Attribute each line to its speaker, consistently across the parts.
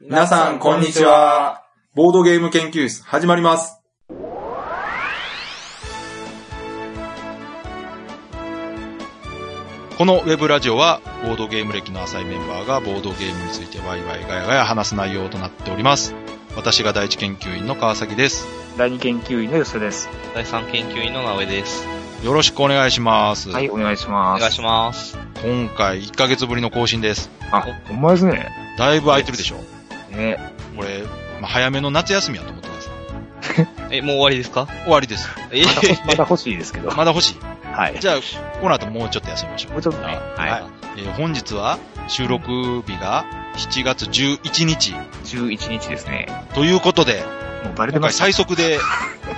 Speaker 1: 皆さん、こんにちは。ボードゲーム研究室、始まります。
Speaker 2: このウェブラジオは、ボードゲーム歴の浅いメンバーがボードゲームについてワイワイガヤガヤ話す内容となっております。私が第一研究員の川崎です。
Speaker 3: 第二研究員の吉田です。
Speaker 4: 第3研究員の直江です。
Speaker 2: よろしくお願いします。
Speaker 3: はい、お願いし
Speaker 4: お
Speaker 3: ます。
Speaker 4: 願いします。
Speaker 2: 今回1ヶ月ぶりの更新です。
Speaker 3: あ、ほんまですね。
Speaker 2: だいぶ空いてるでしょ
Speaker 3: ね。
Speaker 2: これ、まあ、早めの夏休みやと思ってます。
Speaker 4: え、もう終わりですか
Speaker 2: 終わりです。
Speaker 4: え
Speaker 3: また欲しまた欲しいですけど。
Speaker 2: まだ欲しい。
Speaker 3: はい。
Speaker 2: じゃあ、この後もうちょっと休みましょう
Speaker 3: も。うちょっとね。はい。
Speaker 2: い。えー本日は収録日が7月11日
Speaker 3: 11日ですね。
Speaker 2: ということで、
Speaker 3: もうバレてま
Speaker 2: 今回
Speaker 3: した。
Speaker 2: 最速で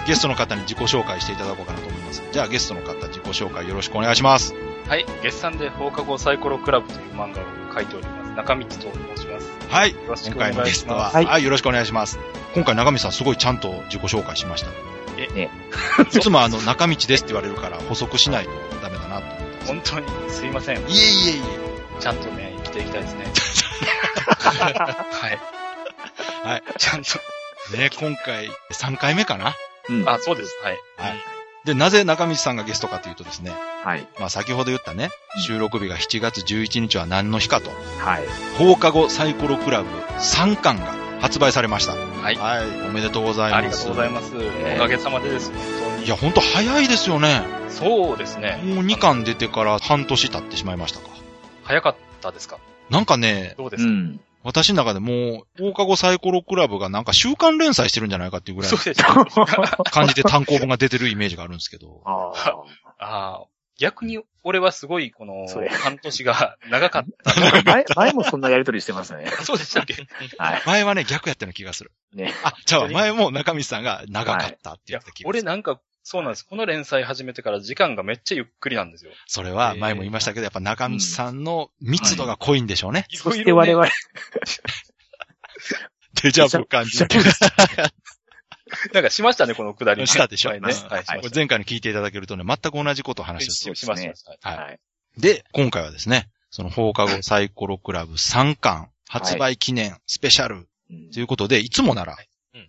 Speaker 2: ゲストの方に自己紹介していただこうかなと思います。じゃあゲストの方自己紹介よろしくお願いします。
Speaker 5: はい、月産で放課後サイコロクラブという漫画を書いております。中道と申します。よ
Speaker 2: はい。
Speaker 5: ろし
Speaker 2: 今
Speaker 5: くお願
Speaker 2: 回の
Speaker 5: い
Speaker 2: ゲ
Speaker 5: し
Speaker 2: スト
Speaker 5: ま
Speaker 2: は、
Speaker 5: す。
Speaker 2: はい、
Speaker 3: はい
Speaker 2: よろしくお願いします。今回中道さんすごいちゃんと自己紹介しました。
Speaker 5: え
Speaker 3: ね
Speaker 2: いつもあの中道ですって言われるから補足しないとダメだなと思ってます。
Speaker 5: 本当にすいません。
Speaker 2: いえいえい
Speaker 5: ちゃんとね、生きていきたいですね。 はい。
Speaker 2: はい。
Speaker 5: ちゃんと。
Speaker 2: え。ね、今回3回目かな
Speaker 3: うん。
Speaker 5: あ、そうです。はい。
Speaker 2: はい。で、なぜ中道さんがゲストかというとですね、
Speaker 3: はい。
Speaker 2: まあ先ほど言ったね
Speaker 3: うん、
Speaker 2: 収録日が7月11日は何の日かと、
Speaker 3: はい。
Speaker 2: 放課後サイコロクラブ3巻が発売されました。
Speaker 5: はい。
Speaker 2: はい、おめでとうございます。。
Speaker 5: ありがとうございますす。
Speaker 3: ー
Speaker 5: おかげさまでです。本当に。
Speaker 2: いや、ほんと早いですよね。
Speaker 5: そうですね。
Speaker 2: もう2巻出てから半年経ってしまいましたか。
Speaker 5: 早かったですか
Speaker 2: なんかね、
Speaker 5: どうで
Speaker 3: う
Speaker 5: すか、
Speaker 3: ん。。
Speaker 2: 私の中でもう、放課後サイコロクラブがなんか週刊連載してるんじゃないかっていうぐらい
Speaker 5: そう
Speaker 2: の
Speaker 5: でした。あ
Speaker 2: 感じで単行本が出てるイメージがあるんですけど
Speaker 3: ああ。
Speaker 5: あー、逆に俺はすごいこの
Speaker 3: それ、
Speaker 5: 半年が長かっ
Speaker 3: 前、前も そんなやりとりしてますね。
Speaker 5: た。そうでしたっけい
Speaker 3: はい。
Speaker 2: 前はね、逆やったような気がする。
Speaker 3: ね。
Speaker 2: あ、じゃあ前も中道さんが長かったって言
Speaker 5: や
Speaker 2: ってた気、がす
Speaker 5: 俺
Speaker 2: る。
Speaker 5: なんか、そうなんです。この連載始めてから時間がめっちゃゆっくりなんですよ。
Speaker 2: それは前も言いましたけど、やっぱ中道さんの密度が濃いんでしょうね。
Speaker 3: そして我々、
Speaker 2: デジャブ感 じ。
Speaker 5: なんかしましたね、このくだりね。
Speaker 2: したでしょ
Speaker 5: はい、
Speaker 2: うん
Speaker 5: ね。はい、しま
Speaker 2: これ
Speaker 5: した。
Speaker 2: 前回の聞いていただけるとね、全く同じことを話してます
Speaker 5: しましたしました。はい
Speaker 2: はい。
Speaker 3: はい。
Speaker 2: で、今回はですね、その放課後サイコロクラブ3巻発売記念スペシャル
Speaker 3: うん
Speaker 2: ということで、いつもなら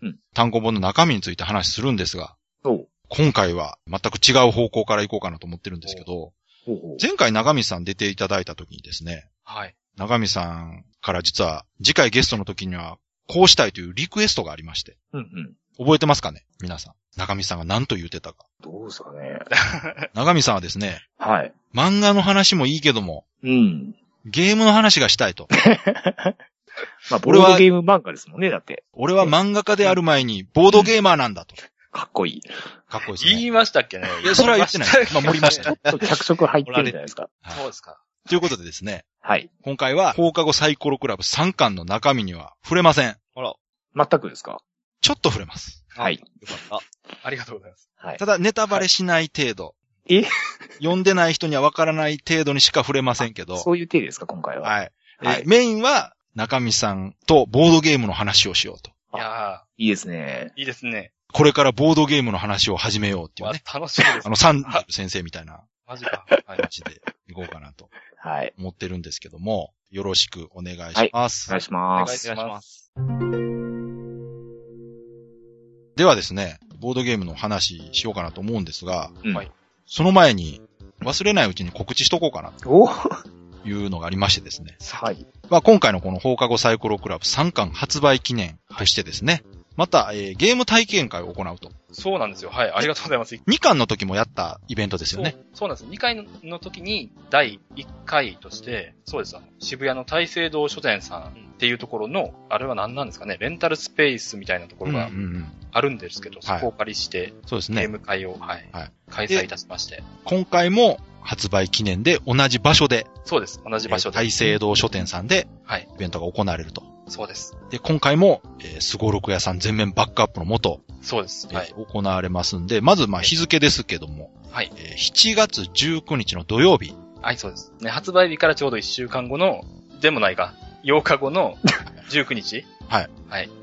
Speaker 3: うん、
Speaker 2: 単行本の中身について話するんですが、
Speaker 3: そう。
Speaker 2: 今回は全く違う方向から行こうかなと思ってるんですけど、
Speaker 3: ほうほう。
Speaker 2: 前回長見さん出ていただいた時にですね、
Speaker 5: はい。
Speaker 2: 長見さんから実は次回ゲストの時にはこうしたいというリクエストがありまして、
Speaker 3: うんうん。
Speaker 2: 覚えてますかね皆さん。長見さんが何と言ってたか。
Speaker 3: どうですかね。
Speaker 2: 長見さんはですね、
Speaker 3: はい。
Speaker 2: 漫画の話もいいけども、
Speaker 3: うん。
Speaker 2: ゲームの話がしたいと。
Speaker 3: まあ、ボードゲーム漫画ですもんね、だって。
Speaker 2: 俺は漫画家である前に、ボードゲーマーなんだと。
Speaker 3: かっこいい。
Speaker 2: かっこいいです
Speaker 5: 言
Speaker 2: ね。
Speaker 5: いましたっけね。
Speaker 2: いや、それは言ってない。まあ、盛りました
Speaker 5: ね。
Speaker 2: ね。
Speaker 3: ちょっと脚色入ってるじゃないですか。
Speaker 2: はい
Speaker 5: そうですか。
Speaker 2: ということでですね、
Speaker 3: はい。
Speaker 2: 今回は放課後サイコロクラブ3巻の中身には触れません。
Speaker 3: 全くですか
Speaker 2: ちょっと触れます。
Speaker 3: はい。
Speaker 4: よかっ
Speaker 5: ありがとうございます。
Speaker 3: はい
Speaker 2: た。だ、ネタバレしない程度。
Speaker 3: え
Speaker 2: 読んでない人にはわからない程度にしか触れませんけど。
Speaker 3: そういう手ですか、今回は。
Speaker 2: はい。え
Speaker 3: はい
Speaker 2: メインは、中身さんとボードゲームの話をしようと。
Speaker 3: あ
Speaker 5: いや
Speaker 3: いいですね。
Speaker 5: ーいいですね。
Speaker 2: これからボードゲームの話を始めようっていう
Speaker 5: わ
Speaker 2: ね。
Speaker 5: 楽しみです
Speaker 2: あ。の、サンデル先生みたいな
Speaker 5: マジか。はい
Speaker 2: 感。じでいこうかなと
Speaker 3: はい。
Speaker 2: 思ってるんですけども、よろしくお願いします。
Speaker 3: お願いし
Speaker 5: お
Speaker 3: ま
Speaker 5: 願い
Speaker 3: す。
Speaker 5: し
Speaker 4: お願いし
Speaker 5: ま。
Speaker 4: ます
Speaker 2: ではですね、ボードゲームの話しようかなと思うんですが、
Speaker 3: うん
Speaker 5: はい
Speaker 2: その前に忘れないうちに告知しとこうかな
Speaker 3: お
Speaker 2: というのがありましてですね。
Speaker 3: はい。
Speaker 2: まあ、今回のこの放課後サイコロクラブ3巻発売記念としてですね、また、えーゲーム体験会を行うと。
Speaker 5: そうなんですよ。はい。ありがとうございます。
Speaker 2: 2巻の時もやったイベントですよね。
Speaker 5: そうそうなんです。2回の時に、第1回として、そうです。あの渋谷の大聖堂書店さんっていうところの、あれは何なんですかね、レンタルスペースみたいなとこ
Speaker 2: う
Speaker 5: ろ
Speaker 2: んうんう
Speaker 5: が
Speaker 2: ん、
Speaker 5: あるんですけど、そ
Speaker 2: はい
Speaker 5: こをお借りして、
Speaker 2: そうです
Speaker 5: ゲ
Speaker 2: ね
Speaker 5: ー。ム会を、はい
Speaker 2: はい
Speaker 5: 開催いたしまして。
Speaker 2: 今回も発売記念で同じ場所で、
Speaker 5: そうです。同じ場所で。
Speaker 2: 大聖堂書店さんで
Speaker 5: はい。
Speaker 2: イベントが行われると。
Speaker 5: そうです。
Speaker 2: で、今回も、えースゴロク屋さん全面バックアップの元、
Speaker 5: そうです。はい。
Speaker 2: えー行われますんで、まずまあ日付ですけども、
Speaker 5: はい
Speaker 2: えー7月19日の土曜日、
Speaker 5: はい、そうです。ね、発売日からちょうど1週間後の、でもないか、8日 後の19日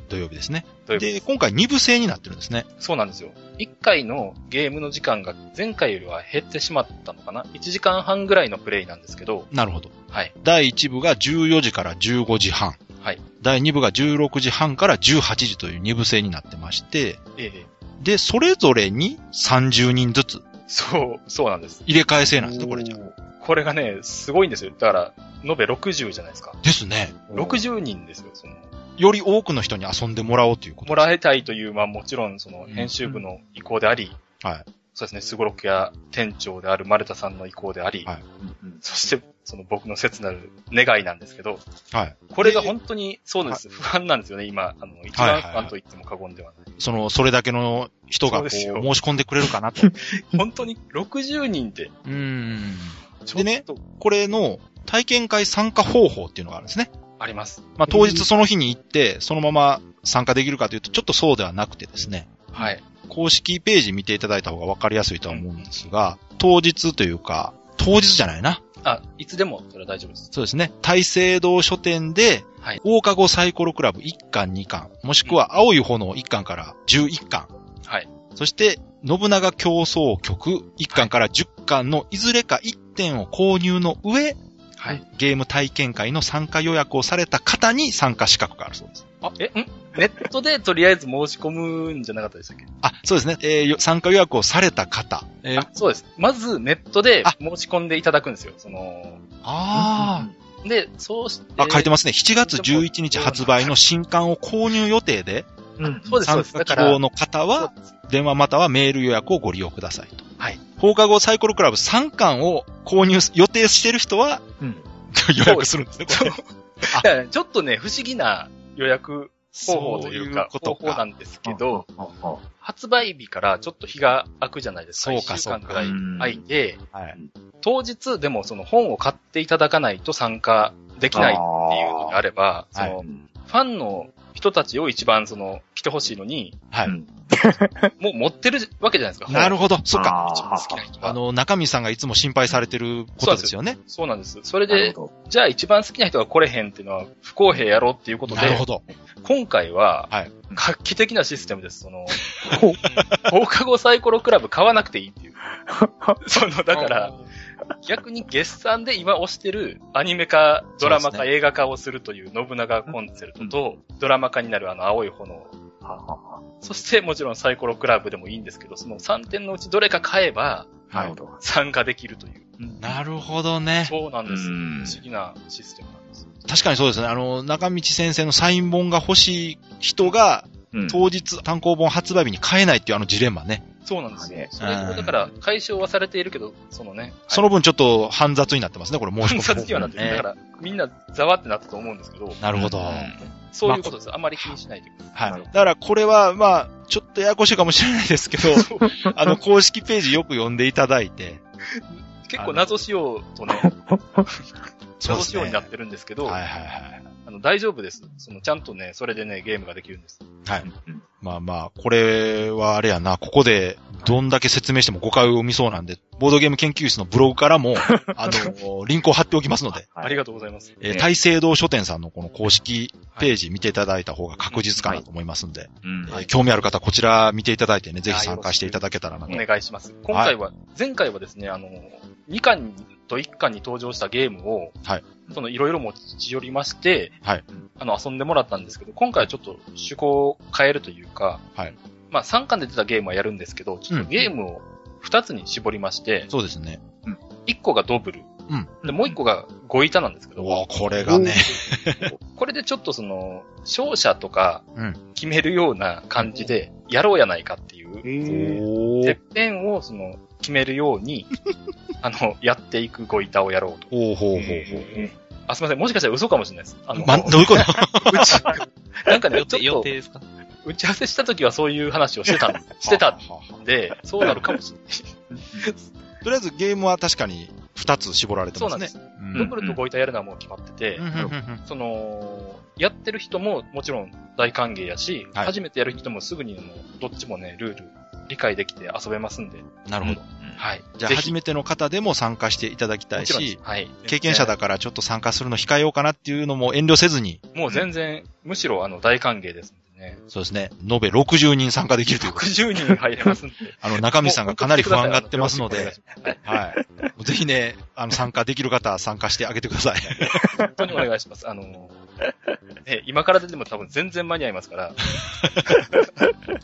Speaker 2: 土曜日ですね。
Speaker 5: という。
Speaker 2: で、今回2部制になってるんですね。
Speaker 5: そうなんですよ。1回のゲームの時間が前回よりは減ってしまったのかな ?1 時間半ぐらいのプレイなんですけど、
Speaker 2: なるほど。
Speaker 5: はい。
Speaker 2: 第1部が14時から15時半。
Speaker 5: はい。
Speaker 2: 第2部が16時半から18時という2部制になってまして、
Speaker 5: ええ。
Speaker 2: で、それぞれに30人ずつ
Speaker 5: そう、そうなんです。
Speaker 2: 入れ替え制なんですね、これじゃ。
Speaker 5: これがね、すごいんですよ。だから、延べ60じゃないですか。
Speaker 2: ですね。
Speaker 5: 60人ですよ、その。
Speaker 2: より多くの人に遊んでもらおうということ。
Speaker 5: もらえたいという、まあもちろん、その、
Speaker 2: うん
Speaker 5: 編集部の意向であり、
Speaker 2: はい。
Speaker 5: そうですね、すごろくや店長である丸田さんの意向であり、
Speaker 2: はい
Speaker 5: そして、その僕の切なる願いなんですけど、
Speaker 2: はい。
Speaker 5: これが本当に、そうなんです。不安なんですよね、今。あの、一
Speaker 2: はいはい
Speaker 5: 番不
Speaker 2: はい
Speaker 5: 安と言っても過言ではない。
Speaker 2: その、それだけの人がこ
Speaker 5: そう
Speaker 2: う、
Speaker 5: です
Speaker 2: 申し
Speaker 5: よ
Speaker 2: 込んでくれるかな と。う
Speaker 5: 本当に60人って、
Speaker 2: ーん。
Speaker 5: ちょ
Speaker 2: でね
Speaker 5: っと
Speaker 2: これの体験会参加方法っていうのがあるんですね。
Speaker 5: あります。
Speaker 2: まあ、当日その日に行って、そのまま参加できるかというと、ちょっとそうではなくてですね、
Speaker 5: はい。
Speaker 2: 公式ページ見ていただいた方が分かりやすいとは思うんですが、当日というか、当日じゃないな。
Speaker 5: あ、いつでも、それは大丈夫です。
Speaker 2: そうですね。大聖堂書店で
Speaker 5: はい、
Speaker 2: 放課後サイコロクラブ1巻2巻、もしくは青い炎1巻から11巻、
Speaker 5: はい。
Speaker 2: そして、信長競争曲1巻から10巻のいずれか1点を購入の上、
Speaker 5: はい。
Speaker 2: ゲーム体験会の参加予約をされた方に参加資格があるそうです。
Speaker 5: あ、え、んネットでとりあえず申し込むんじゃなかったでしたっけ
Speaker 2: あ、そうですね。えーよ参加予約をされた方。え
Speaker 5: あ、そうです。まず、ネットで申し込んでいただくんですよ。その、
Speaker 2: あ
Speaker 5: で、そうして、
Speaker 2: あ、書いてますね。7月11日発売の新刊を購入予定で、
Speaker 3: うん。
Speaker 5: そうです、そ
Speaker 2: 参
Speaker 5: うです。だ
Speaker 2: 加
Speaker 5: か
Speaker 2: 希
Speaker 5: ら、
Speaker 2: 望の方は、電話またはメール予約をご利用くださいと。
Speaker 5: はい。
Speaker 2: 放課後サイコロクラブ3巻を購入予定してる人は
Speaker 3: うん。
Speaker 2: 予約 するんですね、 これね
Speaker 5: だからちょっとね、不思議な予約方法というか、
Speaker 2: そういうこと
Speaker 5: 方法な
Speaker 2: か。
Speaker 5: んですけど、
Speaker 3: あ、あ、
Speaker 5: 発売日からちょっと日が空くじゃないですか。
Speaker 2: そうか
Speaker 5: 一週
Speaker 2: そう
Speaker 5: 間
Speaker 2: か
Speaker 5: ぐらい空いて、
Speaker 2: はい。
Speaker 5: 当日でもその本を買っていただかないと参加できないっていうのであれば、そ
Speaker 2: あー
Speaker 5: の、ファンの人たちを一番その、来てほしいのに、
Speaker 2: はい
Speaker 3: うん
Speaker 5: もう持ってるわけじゃないですか。
Speaker 2: なる
Speaker 5: ほ
Speaker 2: ほど。そっ
Speaker 3: あ
Speaker 2: か。
Speaker 3: ー
Speaker 5: 一番好きな人
Speaker 2: あ
Speaker 5: が。
Speaker 2: の、中身さんがいつも心配されてることですよね。
Speaker 5: そうなんです。それ
Speaker 3: なる
Speaker 5: で、
Speaker 3: ほ
Speaker 5: じゃあ一番好きな人が来れへんっていうのは不公平やろっていうこと
Speaker 2: なる
Speaker 5: で
Speaker 2: ほ、ど。
Speaker 5: 今回は
Speaker 2: はい、
Speaker 5: 画期的なシステムです。その、
Speaker 3: ど。
Speaker 5: 放課後サイコロクラブ買わなくていいっ ていう。その、だから、
Speaker 2: あ
Speaker 5: 逆に月産で今推してるアニメ化、ドラマ
Speaker 2: そ
Speaker 5: 化、
Speaker 2: うです
Speaker 5: 映画化をするという信長コンセルトと、ドラマ化になるあの青い炎。そしてもちろんサイコロクラブでもいいんですけど、その3点のうちどれか買えば
Speaker 3: なるほど。
Speaker 5: 参加できるという。
Speaker 2: ー。なるほどね。
Speaker 5: そうなんです。
Speaker 3: うん
Speaker 5: 不思議なシステムなんです。
Speaker 2: 確かにそうですね。あの、中道先生のサイン本が欲しい人が、
Speaker 3: うん
Speaker 2: 当日単行本発売日に買えないっていうあのジレンマね。
Speaker 5: そうなんですよ
Speaker 3: ね。
Speaker 5: それもだから解消はされているけど、そのね、はい
Speaker 2: その分ちょっと煩雑になってますね、これ申し込
Speaker 5: 観
Speaker 2: む。
Speaker 5: 察にはなってる。だから、みんなざわってなったと思うんですけど、
Speaker 2: なるほど。
Speaker 4: うん
Speaker 2: はい。
Speaker 5: そういうことです。あんまり気にしないでください。
Speaker 3: なるほ
Speaker 2: だからこれは、まあ、ちょっとややこしいかもしれないですけど、あの、公式ページよく読んでいただいて。
Speaker 5: 結構謎仕様とね、 謎仕様になっ
Speaker 2: る。
Speaker 5: てるんですけど、
Speaker 2: はいはいはい。
Speaker 5: あの大丈夫です。そのちゃんとね、それでね、ゲームができるんです。
Speaker 2: まあまあ、これはあれやな、ここでどんだけ説明しても誤解を生みそうなんで、ボードゲーム研究室のブログから も、あの、リンクを貼っておきますので。
Speaker 5: ありがとうございます。
Speaker 2: えー
Speaker 3: ね
Speaker 2: 大聖堂書店さんのこの公式ページ見ていただいた方が確実かなと思いますんで、
Speaker 3: とうん。
Speaker 2: えー興味ある方こちら見ていただいてね、ぜ
Speaker 5: は
Speaker 2: ひ
Speaker 5: い
Speaker 2: 参加していただけたらな
Speaker 5: お
Speaker 2: と。
Speaker 5: 願いします。今回は、前回はですね、あの、2巻と1巻に登場したゲームを、
Speaker 2: はい
Speaker 5: そのいろいろ持ち寄りまして、
Speaker 2: はい
Speaker 5: あの、遊んでもらったんですけど、今回はちょっと趣向を変えるというか、
Speaker 2: はい
Speaker 5: まあ3巻で出たゲームはやるんですけど、ちょっとゲームを2つに絞りまして、
Speaker 2: そうですね。
Speaker 5: 1個がドブル、
Speaker 2: うん
Speaker 5: でもう1個がゴイタなんですけ
Speaker 2: う
Speaker 5: ど、
Speaker 2: わこれがね、
Speaker 5: これでちょっとその、勝者とか
Speaker 2: うん
Speaker 5: 決めるような感じで、やろうやないかっていう、
Speaker 3: え
Speaker 2: お
Speaker 5: てっ
Speaker 2: ー
Speaker 5: ぺんをその、決めるよ うに、あの、やっていくご板をやろうと。
Speaker 2: ほうほうほう
Speaker 5: あ、すみません。もしかしたら嘘かもしれないです。あの、
Speaker 2: ま、どういうこと
Speaker 5: う ち、なんかね、
Speaker 4: 予
Speaker 5: ち
Speaker 4: 定、
Speaker 5: ょ
Speaker 4: 予
Speaker 5: っと
Speaker 4: 定、ですか
Speaker 5: 打ち合わせした時はそういう話をしてたん、 してた
Speaker 2: はあはあは
Speaker 5: んで、そうなるかもしれない。
Speaker 2: あとりあえずゲームは確かに2つ絞られて
Speaker 5: そう
Speaker 2: ま
Speaker 5: な
Speaker 2: す
Speaker 5: んで
Speaker 2: ね
Speaker 5: す。。
Speaker 2: う
Speaker 5: ド
Speaker 2: ん
Speaker 5: ブルとご板やるのはもう決まってて
Speaker 2: うん、うんうん
Speaker 5: その、やってる人ももちろん大歓迎やし、
Speaker 2: はい
Speaker 5: 初めてやる人もすぐにもうどっちもね、ルール理解できて遊べますんで、
Speaker 2: うんなるほど。
Speaker 5: はい。
Speaker 2: じゃあ
Speaker 5: ぜひ
Speaker 2: 初めての方でも参加していただきたい
Speaker 5: も
Speaker 2: し
Speaker 5: ちろんです、はい。
Speaker 2: 経験者だからちょっと参加するの控えようかなっていうのも遠慮せずに、
Speaker 5: もう全然、むしろあの、大歓迎ですんでね。
Speaker 2: そうですね。延べ60人参加できるということで
Speaker 5: 60人入れますんで。
Speaker 2: あの、中身さんがかなり不安がってますの
Speaker 5: もう
Speaker 2: で、はい。ぜひね、あの、参加できる方、参加してあげてください。
Speaker 5: 本当にお願いします。あの、ね、今から出ても多分全然間に合いますから、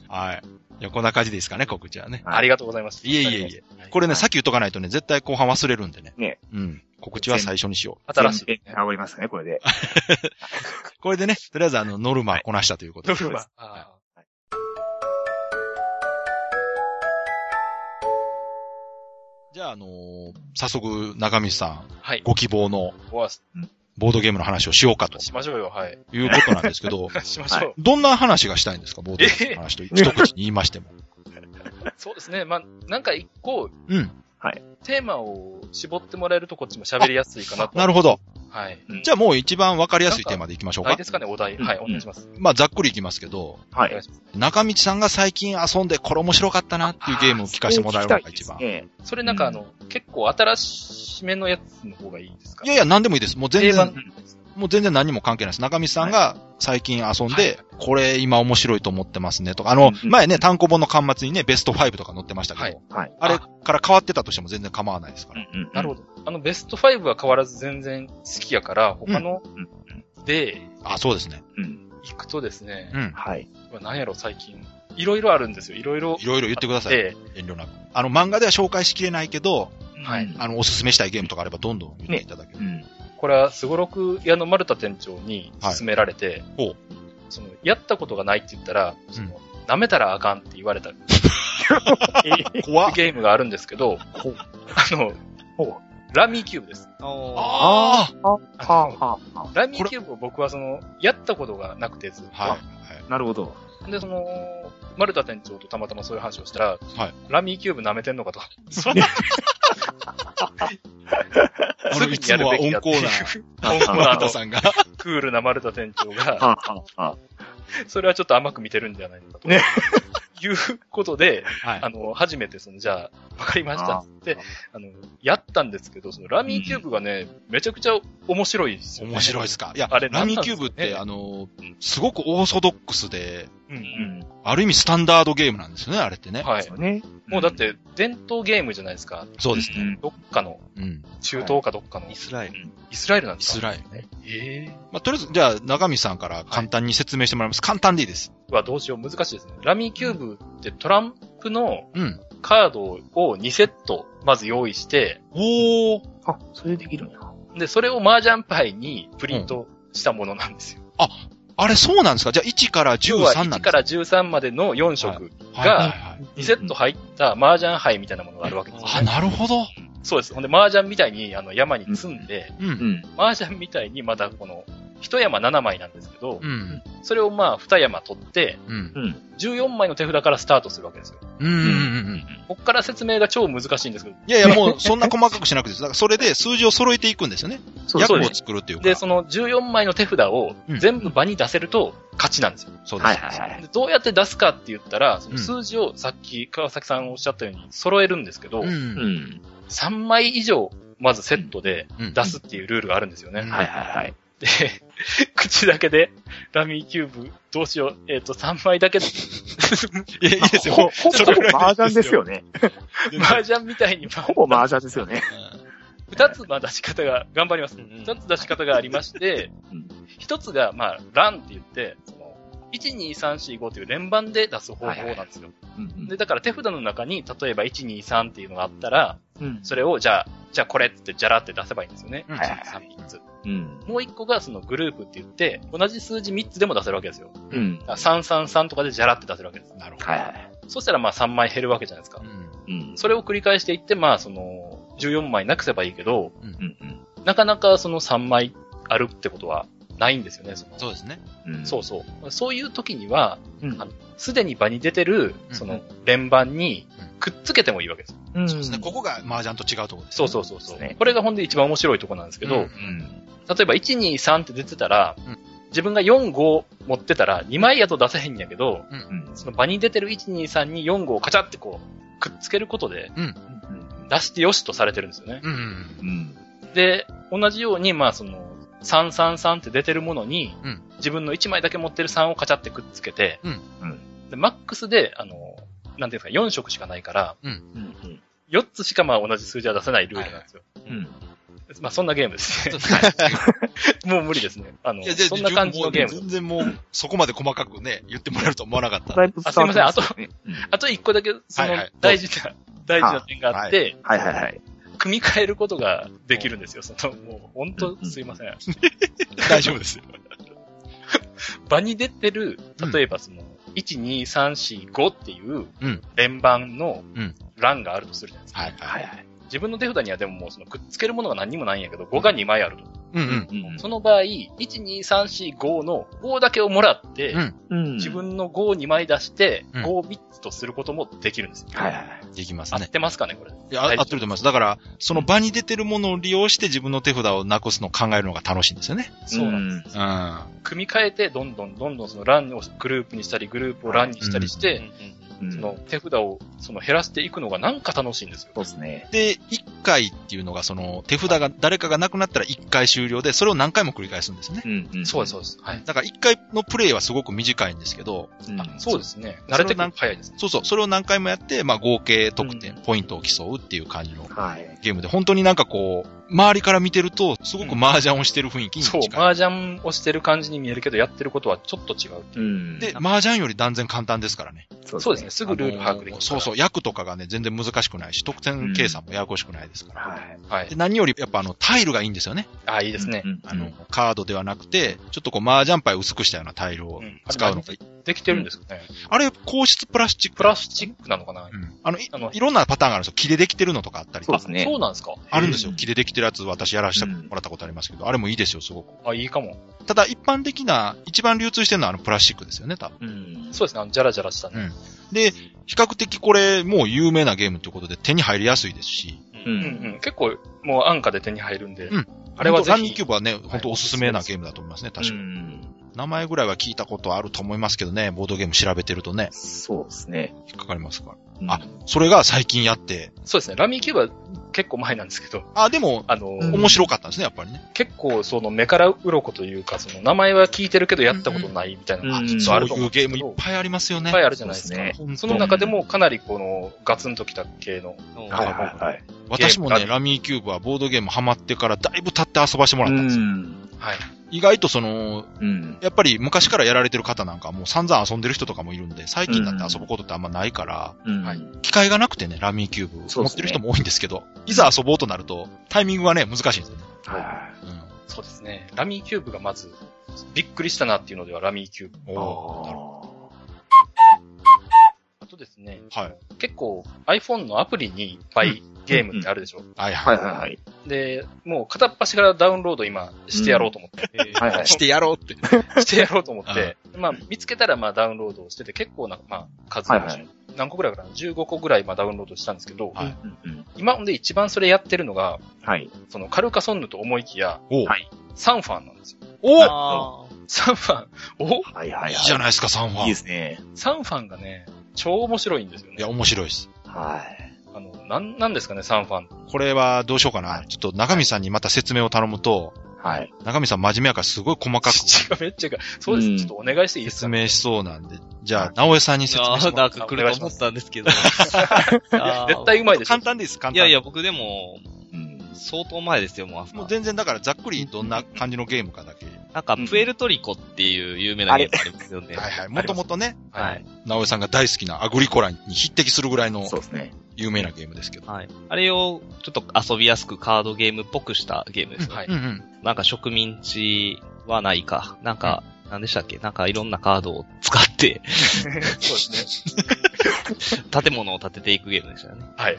Speaker 2: はい。いや、こんな感じでいいですかね、告知はね。
Speaker 5: ありがとうございました。
Speaker 2: いえいえいえ
Speaker 5: は。
Speaker 2: これね、さっき言っとかないとね、絶対後半忘れるんでね。
Speaker 3: ね。
Speaker 2: うん。告知は最初にしよ
Speaker 5: 新しい、ね。
Speaker 3: あ、おりますかね、これで。
Speaker 2: う。これでね、とりあえずあの、ノルマこなしたということで。
Speaker 5: ノルマ
Speaker 3: は
Speaker 5: あ
Speaker 2: じゃあ、あのー早速、中道さ
Speaker 5: ー
Speaker 2: ん、
Speaker 5: はい。
Speaker 2: ご希望の
Speaker 5: ごわし
Speaker 2: ボードゲームの話をしようかと
Speaker 5: しましょうよ、はい。
Speaker 2: いうことなんです けど、
Speaker 5: しましょう。
Speaker 2: どんな話がしたいんですか、ボードゲームの話と一口に言いましても。
Speaker 5: そうですね。まあ、なんか一個、
Speaker 2: うん。
Speaker 5: テーマを絞ってもらえるとこっちも喋りやすいかなと。
Speaker 2: なるほど。
Speaker 5: はい。
Speaker 2: じゃあもう一番わかりやすいテーマでいきましょう
Speaker 5: はい
Speaker 2: か
Speaker 5: で。すかね、お題。はい、
Speaker 3: うん
Speaker 5: お願いします。
Speaker 2: まあ、ざっくりいきますけど、
Speaker 3: は
Speaker 5: お願い
Speaker 3: い。
Speaker 5: します。
Speaker 2: 中道さんが最近遊んでこれ面白かったなっていうゲームを聞かせてもらえるのが一番。い
Speaker 3: ええ。
Speaker 5: それなんかあの、結構新しめのやつの方がいいですか
Speaker 2: やいや、何でもいいです。もう全
Speaker 5: 定番
Speaker 2: 然、もう全然何も関係ないです。中道さんが最近遊ん
Speaker 5: はい
Speaker 2: で、これ今面白いと思ってますねとか、あの、
Speaker 3: うん
Speaker 2: 前ね、単行本の巻末にね、ベスト5とか載ってましたけど、
Speaker 3: はい。
Speaker 2: あれから変わってたとしても全然構わないですから。
Speaker 3: うんうん。
Speaker 5: なる
Speaker 3: ほ
Speaker 5: ほど。あの、ベスト5は変わらず全然好きやから、他
Speaker 3: ん
Speaker 5: ので
Speaker 2: あ、そうですね。
Speaker 3: ど。うん。
Speaker 5: 行くとですね
Speaker 2: う、ん。
Speaker 3: はい。
Speaker 5: まあ何やろ最近。いろいろあるんですよ。いろいろ。
Speaker 2: いろいろ言ってください。
Speaker 5: で、
Speaker 2: 遠慮なく。あの、漫画では紹介しきれないけど、
Speaker 5: は
Speaker 3: う
Speaker 5: い。
Speaker 3: ん
Speaker 2: あの、おすすめしたいゲームとかあればどんどん言っていただける。
Speaker 3: うん。
Speaker 5: これは、すごろく屋の丸田店長に勧められて、
Speaker 2: ほう
Speaker 5: その、やったことがないって言ったら、その、舐めたらあかんって言われた
Speaker 2: 怖っ。
Speaker 5: ゲームがあるんですけど、あの、ラミーキューブです。
Speaker 4: あ
Speaker 2: あ
Speaker 3: はあ、はあ、は
Speaker 5: ラミーキューブを僕はその、やったことがなくてずっと
Speaker 2: あ。はい。
Speaker 3: あ。なるほど。
Speaker 5: で、その、丸田店長とたまたまそういう話をした
Speaker 2: はい
Speaker 5: ら、ラミーキューブ舐めてんのかと。
Speaker 2: あ
Speaker 5: す
Speaker 2: の、
Speaker 5: ぐ
Speaker 2: い
Speaker 5: に
Speaker 2: つ
Speaker 5: やる
Speaker 2: もは
Speaker 5: べ
Speaker 2: 温
Speaker 5: きだってい
Speaker 2: 厚
Speaker 5: う
Speaker 2: な、
Speaker 5: 温厚な
Speaker 2: あなたさんが。
Speaker 5: クールな丸田店 長が、
Speaker 3: はあ、はあ、は
Speaker 5: それはちょっと甘く見てるんじゃないのかと。
Speaker 3: ね
Speaker 5: いうことで、
Speaker 2: はい
Speaker 5: あ。の、初めてその、じゃあ、わかりました
Speaker 3: あ
Speaker 5: っつって、あの、やったんですけど、そのラミーキューブがね、めちゃくちゃ面白いですよね。
Speaker 2: 面白いですか。いや、
Speaker 5: あれ
Speaker 2: ラミーキューブっ
Speaker 5: なん
Speaker 2: て、
Speaker 5: な
Speaker 2: あの、すごくオーソドックスで、
Speaker 5: うんう
Speaker 3: い。
Speaker 5: ん。
Speaker 2: ある意味スタンダードゲームなんですよね、あれってね。
Speaker 5: はい。
Speaker 3: ね。
Speaker 5: もうだっ、て、伝統ゲームじゃないですか。
Speaker 2: そうですね。
Speaker 5: どっかの、
Speaker 2: うん。
Speaker 5: 中東かどっかの、
Speaker 4: ー。
Speaker 5: イ
Speaker 4: イ
Speaker 5: ス
Speaker 4: スラエル。
Speaker 5: イスラエルなん
Speaker 2: イ
Speaker 5: ですか
Speaker 2: ス
Speaker 5: イ
Speaker 2: ラエルね。
Speaker 5: ええ
Speaker 2: まあ、とりあえず、じゃあ、中見さんから簡単に説明してもらいます。簡単でいいです。
Speaker 5: はどうしよう、難しいですね。ラミーキューブってトランプの
Speaker 2: うん。
Speaker 5: カードを2セット、まず用意して、
Speaker 2: おー。
Speaker 3: あ、それできるんや。
Speaker 5: で、それを麻雀パイにプリントしたものなんですよ。
Speaker 2: あれ、そうなんですかじゃあ、1から
Speaker 5: 要
Speaker 2: 13
Speaker 5: は
Speaker 2: なん
Speaker 5: 1
Speaker 2: で
Speaker 5: か
Speaker 2: すから
Speaker 5: 13までの4色、
Speaker 2: はいはいはい。
Speaker 5: 2セット入った麻雀杯みたいなものがあるわけです
Speaker 2: あ、
Speaker 5: よ、ね。
Speaker 2: なるほど。
Speaker 5: そうです。ほんで、麻雀みたいにあの山に積んで、
Speaker 2: う。
Speaker 3: うんん。
Speaker 5: 麻雀みたいにまたこの、一山7枚なんですけど
Speaker 2: う、ん。
Speaker 5: それをまあ二山取って、
Speaker 2: うん。
Speaker 3: うん。
Speaker 5: 14枚の手札からスタートするわけですよ。
Speaker 2: うん。うんうん。
Speaker 5: こっから説明が超難しいんですけど、
Speaker 2: いやいや、もう、そんな細かくしなくていいです。だから、それで数字を揃えていくんですよね。
Speaker 3: そう
Speaker 2: 役
Speaker 3: そう
Speaker 2: を
Speaker 3: です。
Speaker 2: 作るっていうか。
Speaker 5: で、その14枚の手札を
Speaker 2: うん
Speaker 5: 全部場に出せると勝ちなんですよ。
Speaker 2: そうです。
Speaker 3: はいはいはい。
Speaker 5: でどうやって出すかって言ったら、その
Speaker 2: うん
Speaker 5: 数字をさっき川崎さんおっしゃったように揃えるんですけど、
Speaker 2: う。
Speaker 3: うんん。
Speaker 5: 3枚以上まずセットで
Speaker 2: うん
Speaker 5: 出すっていうルールがあるんですよね。
Speaker 2: うん
Speaker 3: はいはいはい。
Speaker 5: で、 口だけでラミーキューブどうしよう、えっ、と3 枚だけ、
Speaker 2: いや、いいですよ。
Speaker 3: ほほぼ
Speaker 2: それぐらい
Speaker 3: 麻雀ですよね。
Speaker 5: 麻雀みたいに、ま
Speaker 3: ほぼ麻雀ですよね。
Speaker 5: 2つまあ出し方が、頑張ります。
Speaker 4: うんうん
Speaker 5: 2つ出し方がありまして
Speaker 3: うん、
Speaker 5: 1つが、まあ、ランって言って、その、1、2、3、4、5という連番で出す方法なんですよ。
Speaker 3: うん
Speaker 5: で、だから手札の中に、例えば1、2、3っていうのがあったら、
Speaker 3: うん。
Speaker 5: それを、じゃあ、じゃあこれってって、じゃらって出せばいいんですよね。
Speaker 2: うん
Speaker 3: はい
Speaker 5: 3、3つ。
Speaker 3: うん。
Speaker 5: もう1個が、そのグループって言って、同じ数字3つでも出せるわけですよ。
Speaker 3: うん。
Speaker 5: だから3、3、3とかでじゃらって出せるわけです。
Speaker 2: なるほ
Speaker 3: はいはい。
Speaker 5: そしたら、まあ、3枚減るわけじゃないですか
Speaker 2: ど。う。ん。
Speaker 3: うん。
Speaker 5: それを繰り返していって、まあ、その、14枚なくせばいいけど、
Speaker 3: うん
Speaker 5: なかなかその3枚あるってことはないんですよね。その
Speaker 2: そうですね。
Speaker 3: うん。
Speaker 5: そうそう。そういう時には、
Speaker 3: うん。
Speaker 5: あのすでに場に出てる、
Speaker 2: うん
Speaker 5: その、連番にくっつけてもいいわけです。
Speaker 3: うん。
Speaker 2: そうですね。ここが麻雀と違うところですね。
Speaker 5: そうそうそうそ
Speaker 3: そうです
Speaker 5: う
Speaker 3: ね。
Speaker 5: これがほんで一番面白いとこなんですけ
Speaker 2: う
Speaker 5: ど
Speaker 2: ん、
Speaker 3: うん。
Speaker 5: 例えば1、2、3って出てたら
Speaker 2: うん、
Speaker 5: 自分が4、5持ってたら2枚やと出せへんやけど、
Speaker 3: うん。
Speaker 5: その場に出てる1、2、3に4、5をカチャってこう、くっつけることで出してよしとされてるんですよね。
Speaker 2: うん。
Speaker 3: うん。
Speaker 5: で、同じように、まあその、 333って出てるものに、
Speaker 2: うん
Speaker 5: 自分の1枚だけ持ってる3をカチャってくっつけて、
Speaker 2: うん
Speaker 5: でマックスで、あの、なんていうんですか、4色しかないから、
Speaker 3: うんうん
Speaker 5: 4つしかまあ同じ数字は出せないルールなんですよ。
Speaker 3: うん
Speaker 5: まあそんなゲームですね。もう無理ですね。あの、
Speaker 2: いや、全
Speaker 5: そん
Speaker 2: 然
Speaker 5: な感じのゲーム。
Speaker 2: 全然もう、そこまで細かくね、言ってもらえると思わなかった。
Speaker 3: だいぶ伝わってま
Speaker 5: あすいませんあと
Speaker 3: ねうん
Speaker 5: あと1個だけ、その
Speaker 2: はいはい
Speaker 5: 大事な、大事な点があって、
Speaker 3: はいはいはい。
Speaker 5: 組み替えることができるんですよ。その、もう、本当すいません。
Speaker 2: 大丈夫ですよ。
Speaker 5: 場に出てる
Speaker 2: うん、
Speaker 5: 例えばその、1、2、3、4、5っていう
Speaker 2: うん、
Speaker 5: 連番の
Speaker 2: うん
Speaker 5: 欄があるとするじゃないですか。
Speaker 3: は
Speaker 2: はい、はいい。
Speaker 3: はい。
Speaker 5: 自分の手札にはでももう、その、くっつけるものが何にもないんやけど、5が2枚あると。
Speaker 2: うんうん。
Speaker 3: うん
Speaker 5: その場合、1、2、3、4、5の5だけをもらって、
Speaker 2: うん
Speaker 3: うん
Speaker 5: 自。分の5を2枚出して、
Speaker 2: うん
Speaker 5: 5を3つとすることもできるんですよ。
Speaker 3: はいはいはい。
Speaker 2: できます
Speaker 5: 合
Speaker 2: ね
Speaker 5: っ。てますかね、これ。
Speaker 2: いや、合ってると思います。だから、その場に出てるものを利用して自分の手札をなくすのを考えるのが楽しいんですよね。
Speaker 5: そうなんです。
Speaker 3: です。
Speaker 2: うん。は
Speaker 5: 組み替えて、どんどんどんどんその欄をグループにしたり、グループを欄にしたりして、
Speaker 3: うん
Speaker 5: そ
Speaker 3: そ
Speaker 5: の手札をその減らしていくのがなんか楽しいんですよ。
Speaker 3: うですね。
Speaker 2: い。で、一回っていうのが、その、手札が、誰かがなくなったら一回終了で、それを何回も繰り返すんですね。
Speaker 3: んん
Speaker 5: そうです、そうです。はい。
Speaker 2: だから一回のプレイはすごく短いんですけど、
Speaker 3: うん
Speaker 5: あそうですね。
Speaker 2: それ
Speaker 5: 慣れてくるの早いですね。
Speaker 2: そうそう、それを何回もやって、まあ合計得点、ポイントを競うっていう感じの
Speaker 3: はい。
Speaker 2: ゲームで、本当になんかこう、周りから見てると、すごく麻雀をしてる雰囲気に
Speaker 5: そ
Speaker 2: 近
Speaker 5: う
Speaker 2: い。、
Speaker 5: 麻雀をしてる感じに見えるけど、やってることはちょっと違う。
Speaker 3: うん
Speaker 2: で、麻雀より断然簡単ですからね。
Speaker 5: そうですね。。すぐルール把握でき
Speaker 2: あの
Speaker 5: るから。
Speaker 2: そうそう、役とかがね、全然難しくないし、得点計算もややこしくないですから。
Speaker 3: はい。
Speaker 5: は
Speaker 2: で
Speaker 5: い。
Speaker 2: 何よりやっぱあの、タイルがいいんですよね。
Speaker 5: あ、いいですね。
Speaker 3: うん。
Speaker 2: あの、カードではなくて、ちょっとこう、麻雀牌を薄くしたようなタイルを
Speaker 5: うん
Speaker 2: 使うのが、
Speaker 5: できてるんですかね。
Speaker 2: あれ、硬質プラスチック。
Speaker 5: プラスチックなのかな
Speaker 2: うん。あのい
Speaker 5: あの、
Speaker 2: いろんなパターンがあるんですよ。木でできてるのとかあったり
Speaker 3: そうですね。
Speaker 5: そうなんですか
Speaker 2: あるんですよ。
Speaker 3: うん
Speaker 2: 木でできてるやつ、私やらせて
Speaker 3: うん
Speaker 2: もらったことありますけど、あれもいいですよ、すごく。
Speaker 5: あ、いいかも。
Speaker 2: ただ、一般的な、一番流通してるのはあの、プラスチックですよね、多分。
Speaker 3: うん。
Speaker 5: そうですね。あの、ジャラジャラしたね。
Speaker 2: で、比較的これ、もう有名なゲームということで、手に入りやすいですし、
Speaker 5: うんんうん。結構、もう安価で手に入るんで
Speaker 2: うん。
Speaker 5: あれはぜ
Speaker 2: ランニング
Speaker 5: ひ
Speaker 2: キュ。ーブはね、本当おすすめなゲームだと思いますね、確かに。
Speaker 3: うん
Speaker 2: 名前ぐらいは聞いたことあると思いますけどね、ボードゲーム調べてるとね、
Speaker 3: そうですね。
Speaker 2: 引っかかりますから。
Speaker 3: うん
Speaker 2: あ、それが最近やって、
Speaker 5: そうですね。ラミーキューブは結構前なんですけど、
Speaker 2: あ、でも、
Speaker 5: あの、
Speaker 3: うん
Speaker 2: 面白かったんですね、やっぱりね。
Speaker 5: 結構その目から鱗というか、その名前は聞いてるけどやったことないみたいなのが
Speaker 3: うん
Speaker 5: きっと
Speaker 2: そ
Speaker 5: あ
Speaker 2: う
Speaker 5: ると思
Speaker 2: い
Speaker 5: うん
Speaker 2: う
Speaker 5: で
Speaker 2: ゲ
Speaker 5: すけ
Speaker 2: ー
Speaker 5: ど。
Speaker 2: ムいっぱいありますよ
Speaker 5: い
Speaker 2: ね
Speaker 5: っぱ。いあるじゃないです
Speaker 3: そう
Speaker 5: か
Speaker 3: で。
Speaker 2: 本当
Speaker 5: その中でもかなりこのガツンときた系の、
Speaker 4: うん
Speaker 3: はいはいはい。
Speaker 2: 私も
Speaker 5: ゲ
Speaker 2: ね、
Speaker 5: ーム
Speaker 2: ラミーキューブはボードゲームハマってからだいぶ経って遊ばしてもらったんですよ。
Speaker 3: ん。
Speaker 5: はい。
Speaker 2: 意外とその、
Speaker 3: うん。
Speaker 2: やっぱり昔からやられてる方なんかもう散々遊んでる人とかもいるんで、最近だって遊ぶことってあんまないから、
Speaker 3: うん。
Speaker 5: はい
Speaker 2: 機会がなくてね、ラミーキューブ
Speaker 3: そうで
Speaker 2: 持っ
Speaker 3: すね
Speaker 2: てる人も多いんですけど、いざ遊ぼうとなると、タイミングがね、難しいんですよね。
Speaker 3: は
Speaker 2: うん
Speaker 5: そうですね。ラミーキューブがまず、びっくりしたなっていうのではラミーキューブ。
Speaker 3: い。
Speaker 2: おーなるほ
Speaker 5: あとですね、
Speaker 2: どはい。
Speaker 5: 結構 iPhone のアプリにいっぱいゲームってあるでしょ。
Speaker 2: はい
Speaker 3: は
Speaker 2: はい
Speaker 3: はいはい。
Speaker 5: で、もう片っ端からダウンロード今してやろうと思って、
Speaker 4: えー
Speaker 3: はい はい
Speaker 2: い。してやろうって。
Speaker 5: してやろうと思って、まあ見つけたらまあダウンロードしてて結構な、まあ数
Speaker 3: はいはい
Speaker 5: 何個ぐらいかな ?15 個ぐらいまあダウンロードしたんですけど、
Speaker 2: はい
Speaker 3: うん。
Speaker 5: 今ほんで一番それやってるのが、
Speaker 3: はい。
Speaker 5: そのカルカソンヌと思いきや、
Speaker 2: おう
Speaker 3: はい
Speaker 5: サンファンなんですよ。
Speaker 2: お
Speaker 4: あー
Speaker 5: サンファン、お
Speaker 3: はいはいはい。
Speaker 2: いいじゃないですか、サンフ
Speaker 3: い
Speaker 2: ァン。
Speaker 3: いで
Speaker 2: い
Speaker 3: すね。
Speaker 5: サンファンがね、超面白いんですよね。
Speaker 2: や、面白いです。
Speaker 3: はい。
Speaker 5: あの、なん、なんですかね、サンファン。
Speaker 2: これはどうしようかな。ちょっと中身さんにまた説明を頼むと、
Speaker 3: はい。
Speaker 2: 中身さん真面目やからすごい細かく
Speaker 5: 口が めっちゃか、そうです、
Speaker 3: うん
Speaker 5: ちょっとお願いしていいです
Speaker 2: 説
Speaker 5: か、
Speaker 2: 明しそうなんで、じゃ
Speaker 3: は
Speaker 2: あ、直江さんに説
Speaker 4: あ
Speaker 2: 明して
Speaker 4: ー、
Speaker 2: もら
Speaker 4: な
Speaker 2: っ
Speaker 4: んか来ると思ったんですけど。
Speaker 5: 絶
Speaker 4: 絶
Speaker 5: 対うまいでしょ。
Speaker 2: 簡単です、簡単。
Speaker 4: いやいや、僕でも、
Speaker 3: うん。
Speaker 4: 相当前ですよ、もうあそこ。
Speaker 2: もう全然だからざっくりどんな感じのゲームかだけ。
Speaker 4: なんか、プエルトリコっていう有名なゲームありますよね。
Speaker 2: はいはい。もともとね、
Speaker 5: は
Speaker 4: はいい。
Speaker 2: 直江さんが大好きなアグリコラに匹敵するぐらいの
Speaker 3: そうですね。
Speaker 2: 有名なゲームですけど。
Speaker 4: はい。あれを、ちょっと遊びやすくカードゲームっぽくしたゲームですね。
Speaker 5: はい
Speaker 2: うんうん。
Speaker 4: なんか植民地はないか。なんか、なんでしたっけなんかいろんなカードを使って、
Speaker 5: そうですね。
Speaker 4: 建物を建てていくゲームでしたよね。
Speaker 5: はい。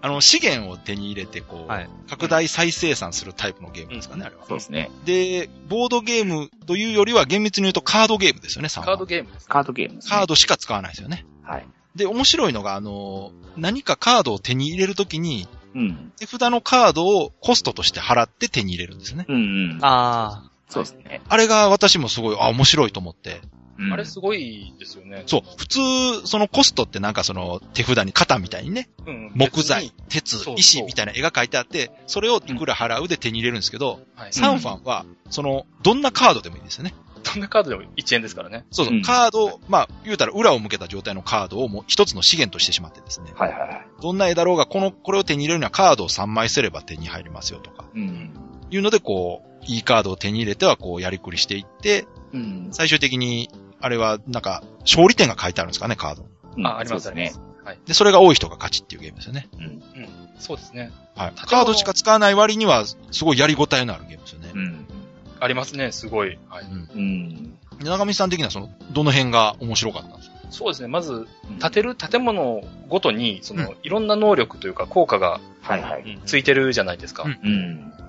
Speaker 2: あの、資源を手に入れて、こ、
Speaker 4: はいう
Speaker 2: 拡大再生産するタイプのゲームですかね、あれは。
Speaker 3: そうですね。
Speaker 2: で、ボードゲームというよりは厳密に言うとカードゲームですよね、サンフ
Speaker 5: カ
Speaker 2: ァ
Speaker 5: ー
Speaker 2: ン
Speaker 5: ドゲームです。
Speaker 3: カードゲームですね。
Speaker 2: カードしか使わないですよね。
Speaker 3: はい。
Speaker 2: で、面白いのが、あの、何かカードを手に入れるときに、
Speaker 3: うん。
Speaker 2: 手札のカードをコストとして払って手に入れるんですね。
Speaker 3: うんうん。
Speaker 4: あ
Speaker 3: そうですね。
Speaker 2: あれが私もすごい、あ、面白いと思って、
Speaker 3: うん
Speaker 5: あれすごいですよね。
Speaker 2: そう、普通、そのコストってなんかその手札に型みたいにね、
Speaker 5: うん。
Speaker 2: 木材
Speaker 5: 別に。、
Speaker 2: 鉄
Speaker 5: そうそ、う
Speaker 2: 石みたいな絵が描いてあって、それをいくら払うで手に入れるんですけど、
Speaker 5: はい。
Speaker 2: サンファンは、その、どんなカードでもいいんですよね。
Speaker 5: どんなカードでも1円ですからね。
Speaker 2: そうそう、
Speaker 3: うん
Speaker 2: カードを、まあ、言うたら裏を向けた状態のカードをもう一つの資源としてしまってですね、
Speaker 3: はいはいはい。
Speaker 2: どんな絵だろうが、この、これを手に入れるにはカードを3枚すれば手に入りますよとか、
Speaker 3: うん。
Speaker 2: いうので、こう、いいカードを手に入れては、こう、やりくりしていって、
Speaker 3: うん。
Speaker 2: 最終的に、あれは、なんか、勝利点が書いてあるんですかね、カード。
Speaker 5: あ、あります
Speaker 3: そ
Speaker 5: あ
Speaker 3: う
Speaker 5: り
Speaker 3: で
Speaker 5: ますす
Speaker 3: ね。。
Speaker 2: で、それが多い人が勝ちっていうゲームですよね。
Speaker 5: そうですね。
Speaker 2: はい。
Speaker 5: 建物
Speaker 2: カードしか使わない割には、すごいやりごたえのあるゲームですよね
Speaker 3: う。ん。
Speaker 5: ありますね、すごい。はい。
Speaker 2: うん。
Speaker 3: うん。
Speaker 2: で長見さん的には、その、どの辺が面白かったんですか
Speaker 5: そうですね、まず、
Speaker 3: うん
Speaker 5: 建てる建物ごとに、その、いろんな能力というか、効果が
Speaker 3: はいはい。
Speaker 5: ついてるじゃないですか。
Speaker 2: うん
Speaker 3: う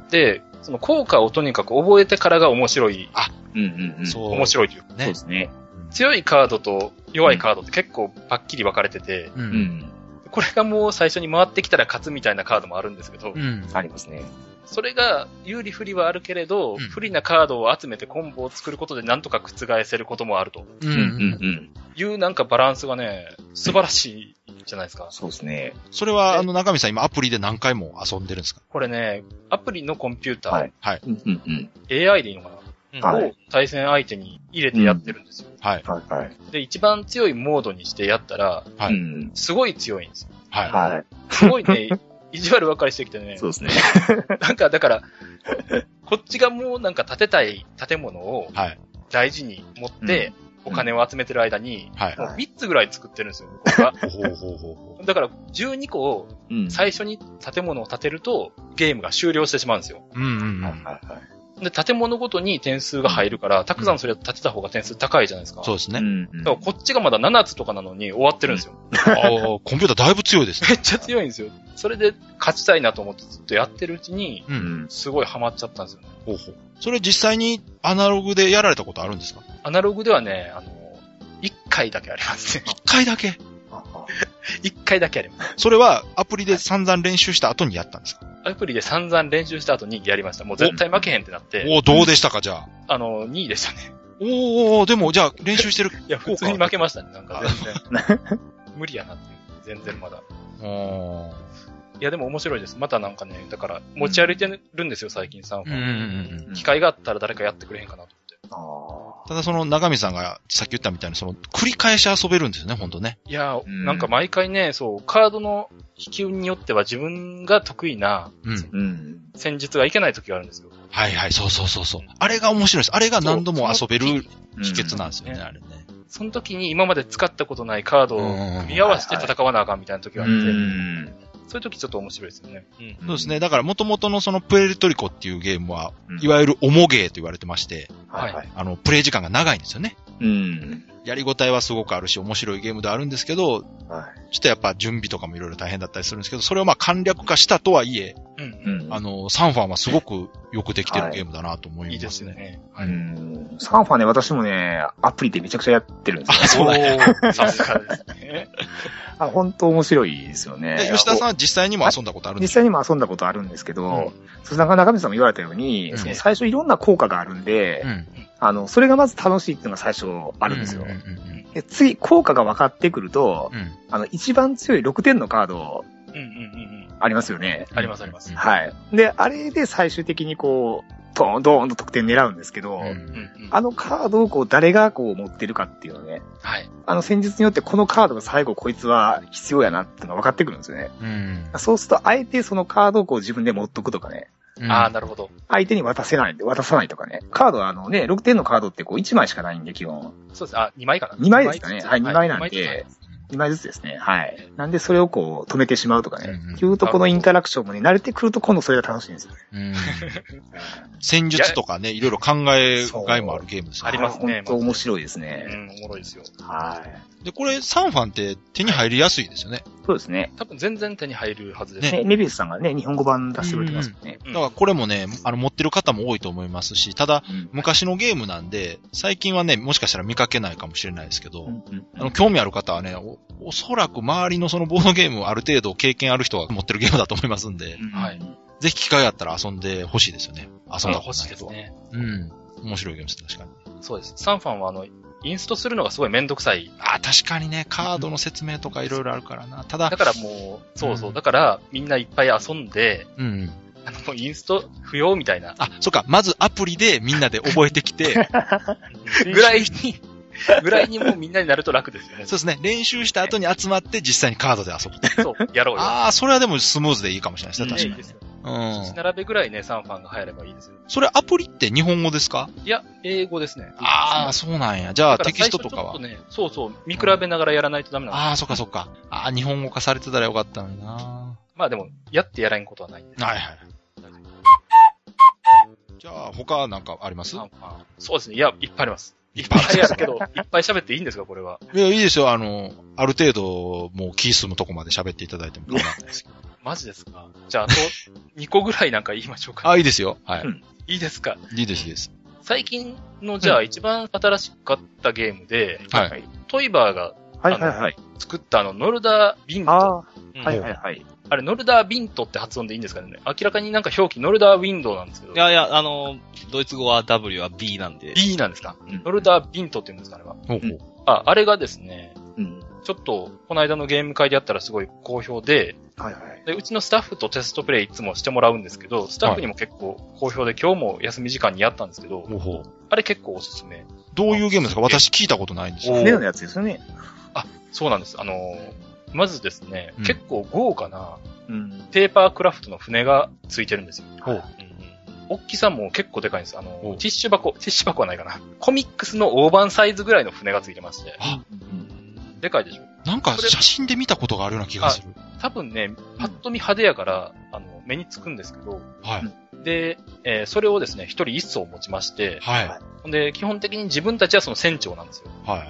Speaker 3: ん。
Speaker 5: で、その効果をとにかく覚えてからが面白い、
Speaker 3: うんうんうん。
Speaker 2: そう。
Speaker 5: 面白いというか。
Speaker 2: い
Speaker 3: そう
Speaker 2: ね
Speaker 3: で。すね。
Speaker 5: 強いカードと弱いカードって結構パッキリ分かれてて、
Speaker 2: う。
Speaker 3: うんん。
Speaker 5: これがもう最初に回ってきたら勝つみたいなカードもあるんですけど、
Speaker 2: うん。
Speaker 3: ありますね。
Speaker 5: それが有利不利はあるけれど、
Speaker 2: うん
Speaker 5: 不利なカードを集めてコンボを作ることでなんとか覆せることもあると
Speaker 2: うん。う。
Speaker 3: うんん。
Speaker 5: いうなんかバランスがね、素晴らしいじゃないですか。
Speaker 3: そうですね。
Speaker 2: それは、あの、中見さん今アプリで何回も遊んでるんですか
Speaker 5: これね、アプリのコンピューター、
Speaker 3: はいうんうん
Speaker 5: AI でいいのか
Speaker 4: うん
Speaker 5: な、
Speaker 3: はい
Speaker 5: を対戦相手に入れてやってるんですよ。
Speaker 2: はい。
Speaker 3: うん。はいはい。
Speaker 5: で、一番強いモードにしてやったら、
Speaker 2: はい
Speaker 3: うん。
Speaker 5: すごい強いんですよ。
Speaker 2: は
Speaker 3: は
Speaker 5: すご いね、意地悪ばっかりしてきてね
Speaker 3: い。、そうですね。
Speaker 5: なんかだから、こっちがもうなんか建てたい建物を
Speaker 2: い。はい。
Speaker 5: 大事に持って、
Speaker 3: うん
Speaker 5: お金を集めてる間に、
Speaker 2: はい。
Speaker 3: はい
Speaker 5: 3つぐらい作ってるんですよ、僕は。
Speaker 2: ほうほうほうほ
Speaker 5: だから、12個を
Speaker 3: うん
Speaker 5: 最初に建物を建てると、ゲームが終了してしまうんですよ。
Speaker 2: う。うんうんう
Speaker 3: はい
Speaker 2: ん。
Speaker 3: はいはい。
Speaker 5: で、建物ごとに点数が入るから、たくさんそれ建てた方が点数高いじゃないですか。
Speaker 2: そうです
Speaker 3: う
Speaker 2: ね。
Speaker 3: んうん
Speaker 5: だからこっちがまだ7つとかなのに終わってるんですよ。
Speaker 2: ああ、コンピューターだいぶ強いですね。
Speaker 5: めっちゃ強いんですよ。それで勝ちたいなと思ってずっとやってるうちに、
Speaker 2: う。
Speaker 3: うんん。
Speaker 5: すごいハマっちゃったんですよね。
Speaker 2: ほうほう。それ実際にアナログでやられたことあるんですか
Speaker 5: アナログではね、あの、1回だけあります ね。
Speaker 2: 一回だけ。
Speaker 5: 1回だけあります。
Speaker 2: それはアプリで散々練習した後にやったんですか
Speaker 5: アプリで散々練習した後にやりました。もう絶対負けへんってなって、
Speaker 2: おおどうでしたか、じゃあ。
Speaker 5: あの、2位でしたね。
Speaker 2: おーおーでも、じゃあ、練習してる。
Speaker 5: いや、普通に負けましたね。なんか 全然。無理やなっていう。全然まだ。
Speaker 2: おー
Speaker 5: いや、でも面白いです。またなんかね、だから、持ち歩いてるんですよ、最近さん
Speaker 2: うんうんうんうん。
Speaker 5: 機会があったら誰かやってくれへんかなと思
Speaker 3: ああ。
Speaker 2: ただ、その、中見さんがさっき言ったみたいに、その、繰り返し遊べるんですね、ほんとね。
Speaker 5: って。いや
Speaker 3: う、ん
Speaker 5: なんか毎回ね、そう、カードの引き運によっては自分が得意な
Speaker 2: うん。
Speaker 3: うん。
Speaker 5: 戦術がいけない時があるんですよ。
Speaker 2: はいはい、そうそうそうそう。あれが面白いです。あれが何度も遊べる秘訣なんですよね、
Speaker 5: うん
Speaker 2: あれね。
Speaker 5: その時に今まで使ったことないカードを組み合わせて戦わなあかんみたいな時があって、
Speaker 3: うん。
Speaker 5: そういう時ちょっと面白いですよね。
Speaker 2: そうですね。だから、もともとのその、プエルトリコっていうゲームは、いわ
Speaker 3: ゆ
Speaker 2: ゆる、オモゲーと言われてまして、
Speaker 3: る、はいはい。
Speaker 2: あの、プレイ時間が長いんですよね。
Speaker 3: うん。
Speaker 2: やりごたえはすごくあるし、面白いゲームではあるんですけど、ちょ
Speaker 3: は
Speaker 2: っとやっぱ準備とかもいろいろ大変だったりするんですけど、それをまあ簡略化したとはいえ、
Speaker 5: うん
Speaker 3: い。うん。
Speaker 2: あの、サンファンはすごくよくできてるゲームだなと思
Speaker 5: いい
Speaker 2: い
Speaker 5: で
Speaker 2: ますすね。
Speaker 5: ね。
Speaker 3: う。ん。サンファね、私もね、アプリでめちゃくちゃやってるんですよ。
Speaker 2: あ、そうだね。
Speaker 5: さすがですね。
Speaker 3: あ、本当面白いですよね
Speaker 2: で。吉田さんは実際にも遊んだことあるんで
Speaker 3: 実
Speaker 2: すか
Speaker 3: 際にも遊んだことあるんですけど、
Speaker 2: うん
Speaker 3: そして中身さんも言われたように、
Speaker 2: うん
Speaker 3: その最初いろんな効果があるんで、
Speaker 2: うん。
Speaker 3: あの、それがまず楽しいっていうのが最初あ
Speaker 2: あ
Speaker 3: るんですよ。
Speaker 2: うんうん
Speaker 3: で次、効果が分かってくると、
Speaker 2: うん。
Speaker 3: あの、一番強い6点のカード
Speaker 5: うんうんうん
Speaker 3: ありますよね。
Speaker 5: ありますあります
Speaker 2: うん
Speaker 3: はい。で、あれで最終的にこう、ドーンドーンと得点狙うんですけど、
Speaker 2: う。
Speaker 5: うん。うんんうん。
Speaker 3: あのカードをこう、誰がこう持ってるかっていうのね、
Speaker 5: はい。
Speaker 3: あの戦術によってこのカードが最後こいつは必要やなっていうのが分かってくるんですよね。
Speaker 2: うん
Speaker 3: そうすると、あえてそのカードをこう自分で持っとくとかね、
Speaker 2: うん
Speaker 5: ああ、なるほど。
Speaker 3: 相手に渡せない、渡さないとかね。カードはあのね、6点のカードってこう1枚しかないんで、基本。
Speaker 5: そうです。あ、2枚かな。
Speaker 3: 2枚ですかね。はい、2枚なん
Speaker 5: 二枚
Speaker 3: で、2枚ずつですね。はい。なんでそれをこう止めてしまうとか
Speaker 2: うんうん
Speaker 3: ね。いうとこのインタラクションもね、慣れてくると今度それが楽しいんですよね。
Speaker 2: うん戦術とかね、いろいろ考えがいもあるゲームですよ
Speaker 5: ありますね
Speaker 3: 本当面白いです
Speaker 5: う
Speaker 3: ね。
Speaker 5: ん、おもろいですよ。
Speaker 3: はい。
Speaker 2: で、これ、サンファンって手に入りやすいですよね。
Speaker 3: そうですね。
Speaker 5: 多分全然手に入るはずです。
Speaker 2: ね
Speaker 3: ね、メビウスさんがね、日本語版出してくれてますもんね。
Speaker 5: う
Speaker 2: だ
Speaker 5: ん
Speaker 2: からこれもね、あの、持ってる方も多いと思いますし、ただ、
Speaker 3: うん。
Speaker 2: 昔のゲームなんで、最近はね、もしかしたら見かけないかもしれないですけど、
Speaker 3: うんうん
Speaker 2: あの、興味ある方はね、お、おそらく周りのそのボードゲームをある程度経験ある人が持ってるゲームだと思いますんで、
Speaker 3: うん
Speaker 5: はい。
Speaker 2: ぜひ機会あったら遊んでほしいですよね。遊んだことない人は
Speaker 5: 欲しいですね。
Speaker 2: うん。面白いゲームです、確かに。
Speaker 5: そうです。サンファンはあの、インストするのがすごいめんどくさい。
Speaker 2: あ、確かにね、カードの説明とかいろいろあるからな。ただ
Speaker 5: だ、からもう、そうそうう。
Speaker 2: ん
Speaker 5: だから、みんないっぱい遊んで、
Speaker 2: うんうん。
Speaker 5: あの、もうインスト不要みたいな。
Speaker 2: あ、そっか、まずアプリでみんなで覚えてきて、
Speaker 5: ぐらいに、ぐらいにもうみんなになると楽ですよね。
Speaker 2: そうですね、練習した後に集まって実際にカードで遊ぶと。
Speaker 5: そう、やろうよ。
Speaker 2: ああ、それはでもスムーズでいいかもしれないですね、
Speaker 5: ねいいですよ
Speaker 2: 確かに。う
Speaker 5: 一
Speaker 2: ん。
Speaker 5: 並べぐらいね、サンファンが入ればいいですよ。
Speaker 2: それアプリって日本語ですか
Speaker 5: いや、英語ですね。
Speaker 2: ああ、そうなんや。じゃあ
Speaker 5: だら
Speaker 2: テキストとかは
Speaker 5: 最。初ちょっとね、そうそう、見比べながらやらないとダメなの。
Speaker 2: ああ、そっかそっか。ああ、日本語化されてたらよかったのにな。
Speaker 5: まあでも、やってやらんことはないんで。
Speaker 2: はいはい。じゃあ、他なんかあります
Speaker 5: サンファン。そうですね。いや、いっぱいあります。
Speaker 2: い
Speaker 5: い
Speaker 2: っ
Speaker 5: っ
Speaker 2: ぱ
Speaker 5: ぱ
Speaker 2: いあ
Speaker 5: い
Speaker 2: り
Speaker 5: あ
Speaker 2: ます
Speaker 5: るけど、いっぱい喋っていいんですか、これは。
Speaker 2: いや、いいですよ。あの、ある程度、もう気済むとこまで喋っていただいても構わないですけど。
Speaker 5: マジですかじゃあ、あと、2個ぐらいなんか言いましょうか。
Speaker 2: あ、いいですよ。はい。
Speaker 5: いいですか
Speaker 2: いいです、いいです。
Speaker 5: 最近の、じゃあ、一番新しかったゲームで、
Speaker 2: はい
Speaker 3: はい
Speaker 5: トイバーが
Speaker 3: はいはいはい。
Speaker 5: 作ったあの、ノルダービント。あ
Speaker 3: ああ、はいはいはい。
Speaker 5: れ、ノルダービントって発音でいいんですかね明らかになんか表記、ノルダーウィンドウなんですけど
Speaker 4: い。やいや、あの、ドイツ語は W は B なんで。
Speaker 5: B なんですか、
Speaker 3: うん
Speaker 5: ノルダービントって言うんですかねあれは
Speaker 2: ほうほう。
Speaker 5: あ、あれがですね、
Speaker 3: うん。
Speaker 5: ちょっと、この間のゲーム会でやったらすごい好評で、
Speaker 3: はいはい。
Speaker 5: で、うちのスタッフとテストプレイいつもしてもらうんですけど、スタッフにも結構好評で、今日も休み時間にやったんですけど、
Speaker 2: ほうほう。
Speaker 5: あれ結構おすすめ。
Speaker 2: どういうゲームですか私聞いたことないんですよ。
Speaker 5: お
Speaker 3: 船のやつですよね。
Speaker 5: そうなんです。あのーまずですね、
Speaker 2: うん
Speaker 5: 結構豪華な
Speaker 3: うん。
Speaker 5: ペーパークラフトの船がついてるんですよ。
Speaker 2: ほう。
Speaker 4: うんうん
Speaker 5: 大きさも結構でかいんです。あの
Speaker 2: お
Speaker 5: ー、ティッシュ箱、ティッシュ箱はないかな。コミックスの大判サイズぐらいの船がついてまして、でかいでしょ。
Speaker 2: なんか写真で見たことがあるような気がする。
Speaker 5: 多分ね、パッと見派手やから、あの、目につくんですけど、
Speaker 2: はい。
Speaker 5: で、えーそれをですね、一人一層持ちまして、
Speaker 2: はい。
Speaker 5: ほんで、基本的に自分たちはその船長なんですよ。
Speaker 2: は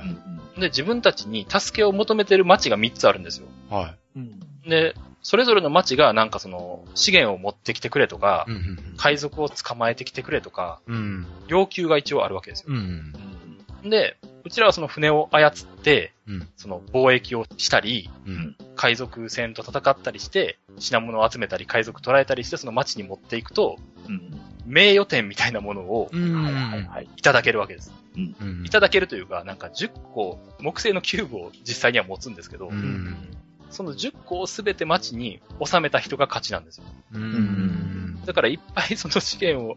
Speaker 2: い。
Speaker 5: で、自分たちに助けを求めてる町が3つあるんですよ。
Speaker 2: は
Speaker 3: う
Speaker 2: い。
Speaker 3: ん。
Speaker 5: で、それぞれの町がなんかその、資源を持ってきてくれとか
Speaker 2: う、ん
Speaker 5: 海賊を捕まえてきてくれとか、
Speaker 2: うんうん。
Speaker 5: 要求が一応あるわけですよ。
Speaker 2: うん。うん。
Speaker 5: で、うちらはその船を操って、
Speaker 2: うん
Speaker 5: その貿易をしたり、
Speaker 2: うん。
Speaker 5: 海賊船と戦ったりして、品物を集めたり、海賊捕らえたりして、その町に持っていくと、
Speaker 3: うん。
Speaker 5: 名誉点みたいなものを
Speaker 2: うん。うん。
Speaker 3: はいはいはい。
Speaker 5: いただけるわけです。
Speaker 2: うん。
Speaker 5: いただけるというか、なんか10個、木製のキューブを実際には持つんですけど、
Speaker 2: うん。
Speaker 5: その10個をすべて町に収めた人が勝ちなんですよ。
Speaker 2: うん。
Speaker 5: だからいっぱいそ の資源を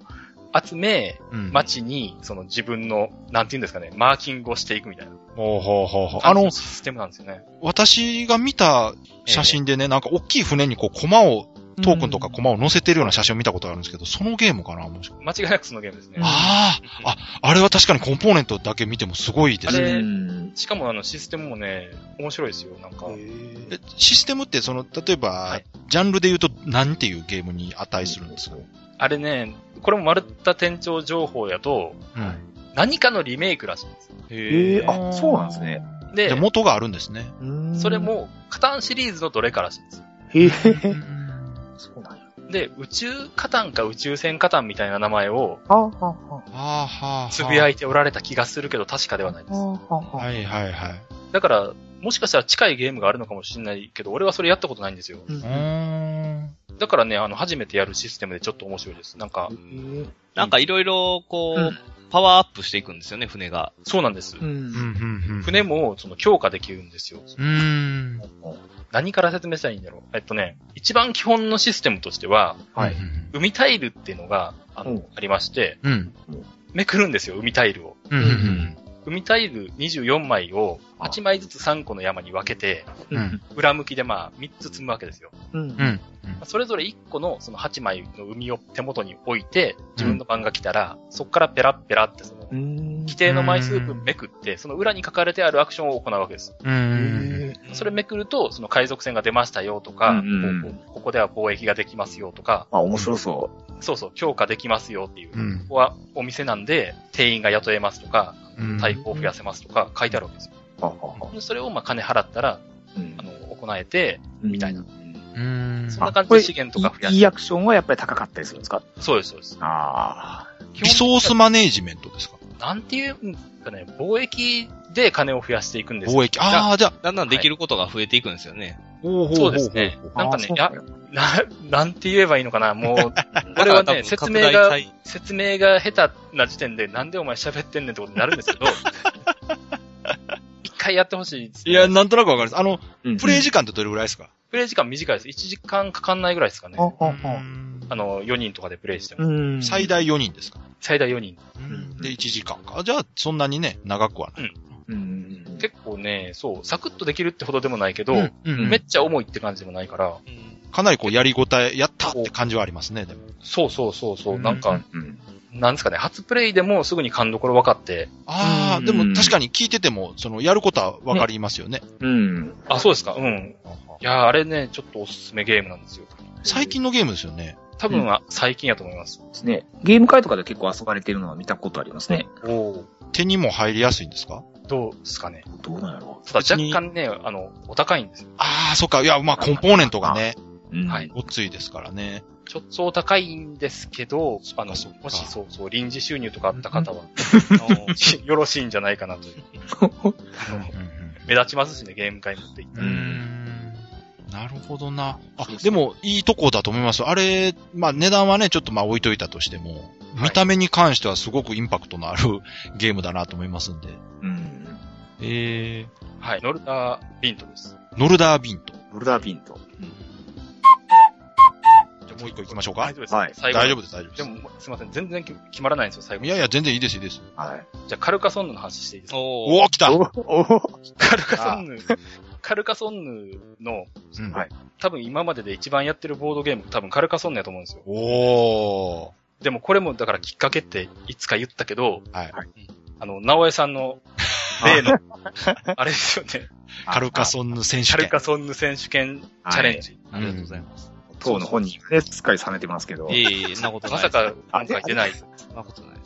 Speaker 5: 集め、
Speaker 2: うん。
Speaker 5: 町にその自分の、なんていうんですかね、マーキングをしていくみたいな
Speaker 2: ほうほうほうほう。あ
Speaker 5: あ
Speaker 2: の
Speaker 5: の、システムなんですよね。
Speaker 2: 私が見た写真でね、なんか大きい船にこう、駒を、トークンとか駒を乗せてるような写真を見たことがあるんですけど、そのゲームかなもしか
Speaker 5: 間違いなくそのゲームですね。
Speaker 2: ああ、あ、あれは確かにコンポーネントだけ見てもすごいで
Speaker 5: あ
Speaker 2: すね。
Speaker 5: れ
Speaker 3: うん。
Speaker 5: しかもあのシステムもね、面白いですよ、なんか。
Speaker 2: えシステムって、その、例えば、
Speaker 5: はい
Speaker 2: ジャンルで言うと何ていうゲームに値するんですか
Speaker 5: あれね、これも丸太店長情報やと、
Speaker 2: うん。
Speaker 5: 何かのリメイクらしいんですよ。
Speaker 3: ええ、あ、そうなんですね。
Speaker 5: で
Speaker 2: じゃあ、元があるんです ね。
Speaker 5: それ、も、カタンシリーズのどれからしいんですよ。
Speaker 3: へえ、
Speaker 2: あ
Speaker 3: そうなんや。
Speaker 5: で、宇宙カタンか宇宙船カタンみたいな名前を
Speaker 3: はあはあは
Speaker 2: あ、はあ、はあ。
Speaker 5: つぶやいておられた気がするけど、確かではないで
Speaker 3: あ。
Speaker 5: す。
Speaker 3: はあはあはあ。
Speaker 2: はいはいはい。
Speaker 5: だから、もしかしたら近いゲームがあるのかもしれないけど、俺はそれやったことないんですよ。
Speaker 3: う
Speaker 2: うー
Speaker 3: ん
Speaker 2: ん。
Speaker 5: だからね、あの、初めてやるシステムでちょっと面白いです。なんか、
Speaker 4: なんかいろいろ、こ
Speaker 3: う
Speaker 4: う、パワーアップしていくんですよね、船が。
Speaker 5: そうなんです
Speaker 3: う。ん
Speaker 2: うん、うん、うん。
Speaker 5: 船も、その、強化できるんですよ。
Speaker 2: うーん。
Speaker 5: 何から説明したらいいんだろう。えっとね、一番基本のシステムとしては、
Speaker 3: はい。
Speaker 5: 海タイルっていうのが、あの、
Speaker 3: うん
Speaker 5: ありまして、
Speaker 2: うん。
Speaker 5: めくるんですよ、海タイルを。
Speaker 2: うん、うん、うん。
Speaker 5: 海タイル24枚を8枚ずつ3個の山に分けて、
Speaker 2: うん。
Speaker 5: 裏向きでまあ3つ積むわけですよ。
Speaker 3: うん
Speaker 2: う。ん。
Speaker 5: まあそれぞれ1個のその8枚の海を手元に置いて、自分の番が来たら、そこからペラッペラってその、
Speaker 3: うん
Speaker 5: 規定の枚数分めくって、その裏に書かれてあるアクションを行うわけです。
Speaker 2: うーん。
Speaker 5: それめくると、その海賊船が出ましたよとか、
Speaker 3: うん
Speaker 5: こうここでは貿易ができますよとか、
Speaker 3: あ、面白そ
Speaker 5: そうそう、強化できますよっていう。
Speaker 2: うん
Speaker 5: ここはお店なんで、店員が雇えますとか、
Speaker 2: うん
Speaker 5: 対抗を増やせますとか書いてあるわけですよ。
Speaker 3: う。はあはあはあ
Speaker 5: でそれをまあ金払ったら、
Speaker 3: うん
Speaker 5: あの、行えて、みたいな。
Speaker 2: うーん
Speaker 5: そんな感じで資源とか増や
Speaker 3: い
Speaker 5: し
Speaker 3: い
Speaker 5: て。
Speaker 3: アクションはやっぱり高かったりするんですか
Speaker 5: そうです、そうです。
Speaker 3: ああ。
Speaker 2: リソースマネージメントですか
Speaker 5: なんていうんですかね、貿易で金を増やしていくんです
Speaker 2: 貿易。ああ、じゃあ、
Speaker 4: だんだんできることが増えていくんですよね。
Speaker 2: ほうほうほうほう
Speaker 5: そうですね。なんかね、いや、な、 なんて言えばいいのか な、もう、俺はね、説 明が、説明が下手な時点で、なんでお前喋ってんねんってことになるんですけど、回やってほしいです
Speaker 2: い
Speaker 5: ね、
Speaker 2: や、なんとなくわかります。あの、
Speaker 3: うん
Speaker 2: プレイ時間ってどれぐらいですか
Speaker 5: プレイ時間短いです。1時間かかんないぐらいですかね。
Speaker 3: あ
Speaker 5: あの、4人とかでプレイしても。
Speaker 3: うん。
Speaker 2: 最大4人ですか
Speaker 5: 最大4人。
Speaker 3: ん
Speaker 2: で、1時間か。じゃあ、そんなにね、長くはない。
Speaker 3: うん。
Speaker 5: 結構ね、そう、サクッとできるってほどでもないけど、
Speaker 2: うんうん
Speaker 5: めっちゃ重いって感じでもないから、
Speaker 4: うん
Speaker 2: かなりこう、やりごたえ、やったって感じはありますね、でも。
Speaker 5: そうそうそうそう、
Speaker 2: うん
Speaker 5: なんか、
Speaker 3: うん。
Speaker 5: なんですかね、初プレイでもすぐに勘どころ分かって、
Speaker 2: あ
Speaker 3: う
Speaker 2: あ、
Speaker 3: ん
Speaker 2: でも確かに聞いてても、その、やることはわかりますよね。
Speaker 3: うん。
Speaker 5: あ、そうですか、うん。いやー、あれね、ちょっとおすすめゲームなんですよ。
Speaker 2: 最近のゲームですよね。
Speaker 5: 多分、あ最近やと思います。
Speaker 3: ですね。ゲーム会とかで結構遊ばれてるのは見たことありますね。
Speaker 5: おお
Speaker 2: 手にも入りやすいんですか
Speaker 5: どうですかね。
Speaker 3: どうなんやろ
Speaker 5: ただ
Speaker 2: 別
Speaker 5: 若
Speaker 2: に
Speaker 5: 干ね、あの、お高いんですよ。
Speaker 2: ああ、そっか。いや、まあ、コンポーネントがね、
Speaker 3: う。うん
Speaker 5: はい。
Speaker 2: ごっついですからね。
Speaker 5: ちょっとお高いんですけど、あの、
Speaker 2: そっか
Speaker 5: もしそうそう、臨時収入とかあった方は、
Speaker 4: あの
Speaker 5: よろしいんじゃないかなという。あの目立ちますしね、ゲーム会持って行って
Speaker 2: う
Speaker 3: うん
Speaker 2: なるほどな。あ
Speaker 5: そう、そう
Speaker 2: でも、いいとこだと思います。あれ、まあ、値段はね、ちょっとまあ置いといたとしても、
Speaker 5: はい
Speaker 2: 見た目に関してはすごくインパクトのある ゲームだなと思いますんで。
Speaker 3: うん。
Speaker 2: え
Speaker 5: はい、ノルタビントです。
Speaker 2: ー、ノルダービント。
Speaker 3: ボルダーピント。
Speaker 2: じゃあもう一個行きましょうか。
Speaker 5: 大丈夫です。
Speaker 3: はい
Speaker 5: 最後
Speaker 2: 大丈夫です、大丈夫で
Speaker 5: でも、すいません、全然決まらないんですよ、最後。
Speaker 2: す。いやいや、全然いいです、いいです。
Speaker 3: はい。
Speaker 5: じゃあ、カルカソンヌの話していいですか
Speaker 4: おー
Speaker 2: おお、来た
Speaker 3: おお
Speaker 5: カルカソンヌ、カルカソンヌの、
Speaker 2: うん
Speaker 3: はい
Speaker 5: 多分今までで一番やってるボードゲーム、多分カルカソンヌやと思うんですよ。
Speaker 2: おー。
Speaker 5: でもこれもだからきっかけっていつか言ったけど、
Speaker 2: はい
Speaker 3: はい
Speaker 5: あの、直江さんの例の、 あれですよね、
Speaker 2: カルカソンヌ選手
Speaker 5: カル
Speaker 2: 権。
Speaker 5: カソンヌ選手権チャレンジ。
Speaker 4: ありがとうございます。
Speaker 3: 当の本人がね、すっかり冷めてますけど。
Speaker 4: いえいえ、そんなことない
Speaker 5: ま
Speaker 4: で
Speaker 5: さ
Speaker 4: す。
Speaker 5: か今回出ない。
Speaker 4: そんなことないで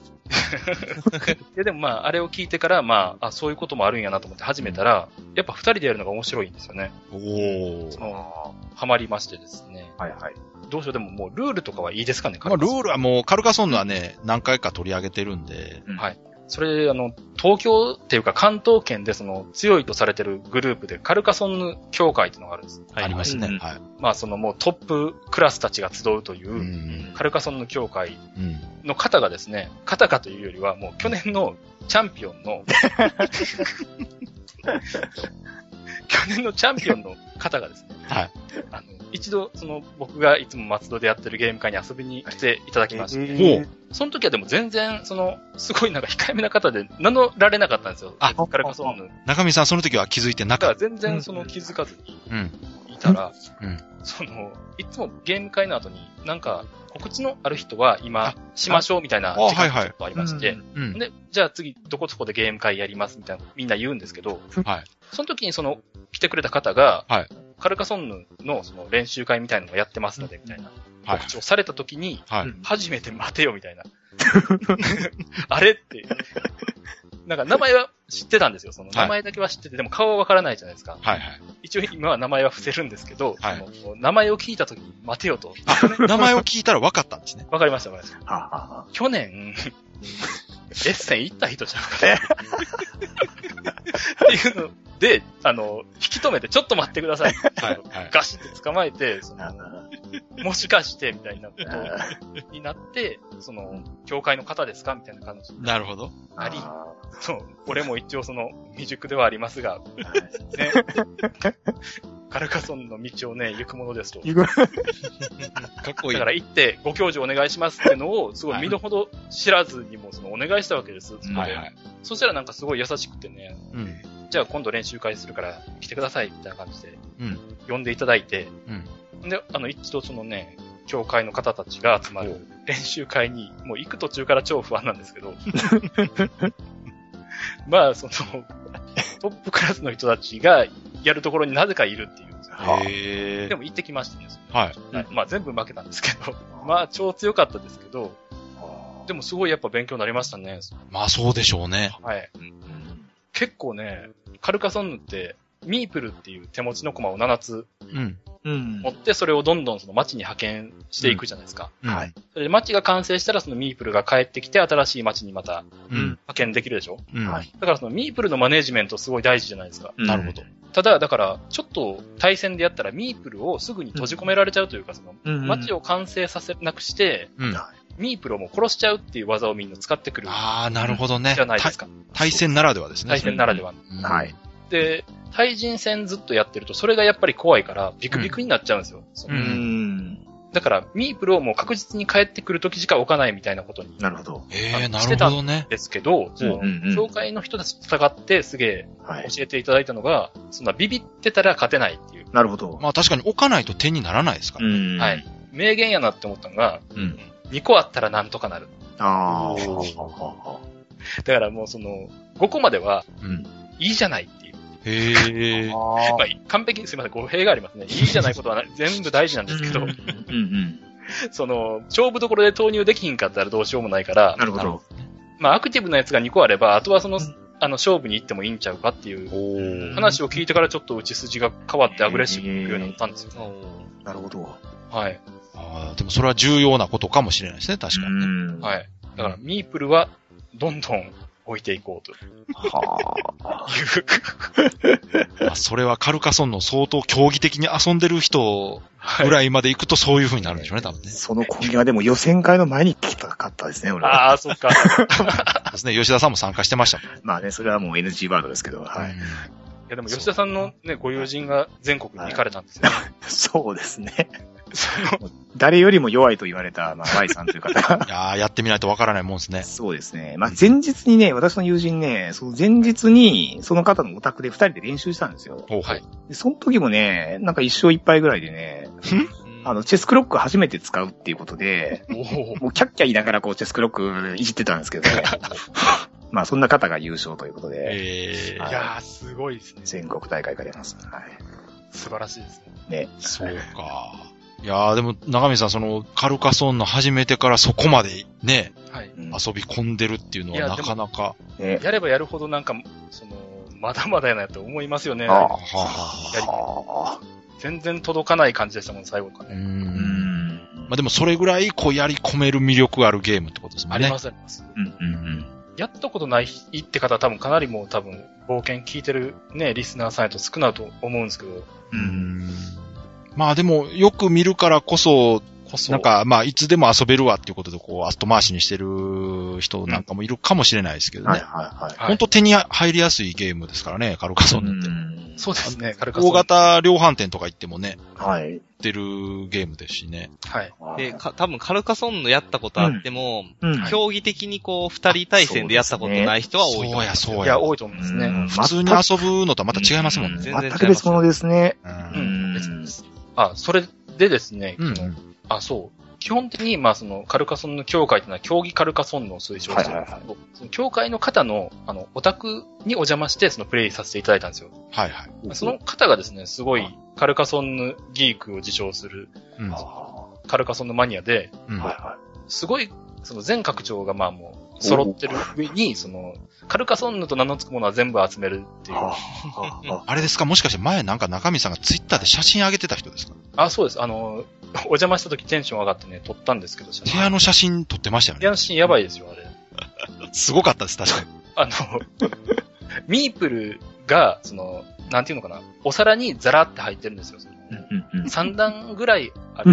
Speaker 4: す。
Speaker 5: で、でもまあ、あれを聞いてから、まあ、あ、そういうこともあるんやなと思って始めたら、やっぱ二人でやるのが面白いんですよね。
Speaker 2: おー
Speaker 5: そ。の、ハマりましてですね。
Speaker 3: はいはい。
Speaker 5: どうしよう、でももうルールとかはいいですかね、
Speaker 2: まあ、ルール
Speaker 5: は。
Speaker 2: はもう、カルカソンヌはね、何回か取り上げてるんで、
Speaker 3: うん
Speaker 5: はい。それで、あの、東京っていうか関東圏でその強いとされてるグループでカルカソンヌ協会っていうのがあるんです。
Speaker 4: はい
Speaker 2: ありますね。
Speaker 3: うん
Speaker 2: はい。。
Speaker 5: まあそのもうトップクラスたちが集うといううんカルカソンヌ協会
Speaker 2: うん。
Speaker 5: の方がですね、方かというよりはもう去年のチャンピオン の去年のチャンピオンの方がですね、
Speaker 2: はい。
Speaker 5: あの一度その僕がいつも松戸でやってるゲーム会に遊びに来ていただきました。
Speaker 2: おー。
Speaker 5: その時はでも全然、その、すごいなんか控えめな方で名乗られなかったんですよ。
Speaker 2: あ
Speaker 5: カルカソンヌ。
Speaker 2: 中見さん、その時は気づいてな
Speaker 5: だか
Speaker 2: からっ
Speaker 5: 全然その気づかずに
Speaker 2: た。うん。
Speaker 5: いたら、
Speaker 2: うん
Speaker 5: その、いつもゲーム会の後に、なんか、告知のある人は
Speaker 2: あ
Speaker 5: 今、しましょうみたいな
Speaker 2: あ
Speaker 5: 時間
Speaker 2: はいはい
Speaker 5: がちょっとありまして、
Speaker 2: うん。
Speaker 5: で、じゃあ次、どこそこでゲーム会やりますみたいな、みんな言うんですけど、
Speaker 2: はい。
Speaker 5: その時にその、来てくれた方が、
Speaker 2: はい
Speaker 5: カルカソンヌのその練習会みたいなのをやってますので、みたいな
Speaker 2: はい
Speaker 5: 告。知をされた時に、
Speaker 2: は
Speaker 3: う
Speaker 2: い。
Speaker 3: ん
Speaker 5: 初めて待てよみたいな。 あれって。なんか名前は知ってたんですよ。その
Speaker 2: はい
Speaker 5: 名前だけは知ってて、でも顔はわからないじゃないですか。
Speaker 2: はい。はい。
Speaker 5: 一応今は名前は伏せるんですけど、
Speaker 2: はい
Speaker 5: その名前を聞いた時に待てよと。
Speaker 2: 名前を聞いたら分かったんです ね。
Speaker 5: わかりました、わかりました。
Speaker 3: はあはあは
Speaker 5: 去年、エッセン行った人じゃなくて。っていうので、あの、引き止めて、ちょっと待ってください。
Speaker 2: はい。はい。
Speaker 5: ガシって捕まえて、その
Speaker 3: ああ
Speaker 5: もしかして、みたいなこと
Speaker 3: ああ
Speaker 5: になって、その、教会の方ですかみたいな感じ
Speaker 2: なるほど。
Speaker 5: あり
Speaker 3: あ
Speaker 5: そう、俺も一応その、未熟ではあります
Speaker 3: あ
Speaker 5: が、ね。カルカソンの道をね、行くものですと。
Speaker 3: 行く
Speaker 2: かっこい
Speaker 5: だ
Speaker 2: い。
Speaker 5: から行って、ご教授お願いしますってのを、すごい身の程知らずにも、その、お願いしたわけです。そこで
Speaker 2: はいはい。
Speaker 5: そしたらなんかすごい優しくてね、
Speaker 2: うん。
Speaker 5: じゃあ今度練習会するから来てください、みたいな感じで、
Speaker 2: うん
Speaker 5: 呼んでいただいて、
Speaker 2: うん。
Speaker 5: で、あの、一度そのね、教会の方たちが集まる練習会に、もう行く途中から超不安なんですけど、 まあ、その、トップクラスの人たちがやるところになぜかいるっていう。
Speaker 3: はあ
Speaker 2: へ
Speaker 5: で
Speaker 2: ー
Speaker 5: も行ってきましたね。それ
Speaker 2: はい。
Speaker 5: はいまあ全部負けたんですけど、 まあ超強かったですけど、でもすごいやっぱ勉強になりましたね。
Speaker 2: まあそうでしょうね。
Speaker 5: はい。
Speaker 3: うん
Speaker 5: 結構ね、カルカソンヌって、ミープルっていう手持ちの駒を7つ
Speaker 2: うん。
Speaker 3: うん
Speaker 5: 持って、それをどんどんその町に派遣していくじゃないですか。
Speaker 2: うん
Speaker 3: はい。
Speaker 5: それで町が完成したらそのミープルが帰ってきて新しい町にまた
Speaker 2: うん。
Speaker 5: 派遣できるでしょ
Speaker 2: うん。
Speaker 3: は
Speaker 5: だからそのミープルのマネージメントすごい大事じゃないですか。
Speaker 2: なるほど。
Speaker 5: ただ、だから、ちょっと対戦でやったらミープルをすぐに閉じ込められちゃうというか、その、
Speaker 3: ど。
Speaker 5: 町
Speaker 3: を。
Speaker 5: を完成させなくして、
Speaker 2: うん。
Speaker 5: ミープルをもう殺しちゃうっていう技をみんな使ってくる
Speaker 2: ああ、なるほどね。
Speaker 5: じゃないですか。
Speaker 2: 対対戦ならではですね。
Speaker 5: 対戦ならでは。
Speaker 2: うん
Speaker 3: はい。
Speaker 5: で、対人戦ずっとやってると、それがやっぱり怖いから、ビクビクになっちゃうんですよ。その
Speaker 2: う
Speaker 3: うんん。
Speaker 5: だから、ミープルをもう確実に帰ってくる時しか置かないみたいなことに。
Speaker 3: なるほど。
Speaker 2: ええ
Speaker 5: あ
Speaker 2: な
Speaker 5: し
Speaker 2: る
Speaker 5: てた
Speaker 2: ほどね。
Speaker 5: ですけど、その
Speaker 3: うんうんうん
Speaker 5: 教会の人たちと戦ってすげえ
Speaker 3: はい。
Speaker 5: 教えていただいたのが、そんなビビってたら勝てないっていう。
Speaker 3: なるほど。
Speaker 2: まあ確かに置かないと手にならないですから。
Speaker 3: ん
Speaker 5: はい。名言やなって思ったのが、
Speaker 3: うん。
Speaker 5: 2個あったらなんとかなる。
Speaker 3: ああ。
Speaker 5: だからもうその、5個までは
Speaker 2: うん。
Speaker 5: いいじゃないっていう。
Speaker 2: へえ。
Speaker 5: やっぱり完璧にすみません、語弊がありますね。いいじゃないことは な全部大事なんですけど、
Speaker 3: うんうん。
Speaker 5: その、勝負どころで投入できひんかったらどうしようもないから、
Speaker 3: なるほど。
Speaker 5: まあアクティブなやつが2個あれば、あとはその、あの、勝負に行ってもいいんちゃうかっていう
Speaker 2: おー
Speaker 5: 話を聞いてからちょっと打ち筋が変わってアグレッシブに行くようになったんですよ。
Speaker 3: なるほど。
Speaker 5: はい。
Speaker 2: あーでもそれは重要なことかもしれないですね、確かにね。
Speaker 3: ん。
Speaker 5: はいい。だから、ミープルは、どんどん置いていこうとい
Speaker 3: はあ。
Speaker 5: う。
Speaker 2: まあそれはカルカソンの相当競技的に遊んでる人
Speaker 5: は
Speaker 2: ぐ
Speaker 5: い。
Speaker 2: らいまで行くとそういう風になるんでしょうね、多分ね。
Speaker 3: その今夜はでも予選会の前に聞きたかったですね、俺は。
Speaker 5: あ あ、そっか。
Speaker 2: ですね。吉田さんも参加してましたもん。
Speaker 3: まあね、それはもう NG ワードですけど、はい。
Speaker 2: い。
Speaker 5: いやでも吉田さんのね、ご友人が全国に行かれたんですよね。
Speaker 3: そうですね。誰よりも弱いと言われた、まあ、Y さんという 方。
Speaker 2: やーやってみないとわからないもんですね。
Speaker 3: そうですね。まあ、前日にね、私の友人ね、その前日に、その方のお宅で二人で練習したんですよ。
Speaker 2: ほう
Speaker 5: はい。
Speaker 3: でその時もね、なんか一生一杯ぐらいでね、あの、チェスクロック初めて使うっていうことで、
Speaker 5: おお。
Speaker 3: もうキャッキャ言いながらこう、チェスクロックいじってたんですけど ね。まあ、そんな方が優勝ということで、
Speaker 2: え
Speaker 5: いやー、すごいですね。
Speaker 3: 全国大会が出ます。はい。
Speaker 5: 素晴らしいですね。
Speaker 3: ね。
Speaker 2: そうか。いやーでも、長見さん、その、カルカソンの始めてからそこまでね、
Speaker 5: はい。
Speaker 3: うん
Speaker 2: 遊び込んでるっていうの
Speaker 5: いや
Speaker 2: はなかなか。
Speaker 3: ね。
Speaker 5: やればやるほどなんか、その、まだまだやなと思いますよね。
Speaker 3: あ
Speaker 2: はあはあ
Speaker 5: やり
Speaker 3: はあ。
Speaker 5: 全然届かない感じでしたもん、最後か
Speaker 2: う
Speaker 5: ら
Speaker 2: ー。
Speaker 5: ね。
Speaker 3: うんん。
Speaker 2: まあでも、それぐらい、こう、やり込める魅力あるゲームってことですも
Speaker 5: あ
Speaker 2: ん
Speaker 5: り
Speaker 2: ね
Speaker 5: ま。す、あります。
Speaker 3: うんうん
Speaker 5: やったことないって方は多分かなりもう多分、冒険聞いてるね、リスナーさんやと少ないと思うんですけど。
Speaker 3: う。
Speaker 2: うんん。まあでも、よく見るからこそ、
Speaker 5: こそ。
Speaker 2: なん、か、まあ、いつでも遊べるわっていうことで、こう、後回しにしてる人なんかもいるかもしれないですけど
Speaker 3: はい
Speaker 2: ね。
Speaker 3: はいは
Speaker 5: はい
Speaker 2: 本当手に入りやすいゲームですからね、カルカ
Speaker 3: い。
Speaker 2: ソンなんて。
Speaker 3: ん
Speaker 5: そうですね、軽
Speaker 2: 大。型量販店とか行ってもね、
Speaker 3: はい。
Speaker 2: 売ってるゲームですしね。
Speaker 5: はい。
Speaker 4: で、か、多分カルカソンのやったことあっても、
Speaker 3: うん、
Speaker 4: 競技的にこう、二人対戦でやったことない人は多いと思う。
Speaker 2: そうや、そう
Speaker 5: い
Speaker 2: や
Speaker 5: や、。多いと思うんですね。
Speaker 2: 普通に遊ぶのとはまた違いますもんね。
Speaker 4: 全然違
Speaker 3: 全
Speaker 4: います
Speaker 3: く別物ですね。
Speaker 2: う。
Speaker 5: うんん、別にです。あ、それでですね、
Speaker 2: うん。
Speaker 5: そのあ、そう。基本的に、まあ、その、カルカソンの協会というのは、競技カルカソンのを推奨してるんですけど、その協会の方の、あの、オタクにお邪魔して、その、プレイさせていただいたんですよ。
Speaker 2: はいはい。
Speaker 5: その方がですね、すごい、カルカソンのギークを自称する、
Speaker 2: うん
Speaker 3: ああ
Speaker 5: カルカソンのマニアで、
Speaker 2: うん
Speaker 3: はいは
Speaker 5: すごい、その、全拡張が、まあ、もう、揃ってる上に、その、カルカソンヌと名の付くものは全部集めるって
Speaker 3: い。
Speaker 5: いう。
Speaker 3: はあはあ
Speaker 2: あれですかもしかして前なんか中身さんがツイッターで写真上げてた人ですか
Speaker 5: あ、そうです。あの、お邪魔した時テンション上がってね、撮ったんですけど、写
Speaker 2: 部
Speaker 5: 真。
Speaker 2: 屋の写真撮ってましたよ
Speaker 5: 部屋
Speaker 2: ね。
Speaker 5: のシーンやばいですよ、あれ。
Speaker 2: すごかったです、確かに。
Speaker 5: あの、 ミープルが、その、なんていうのかな、お皿にザラって入ってるんですよ。その
Speaker 3: うんうんうん
Speaker 5: 3段ぐらいある、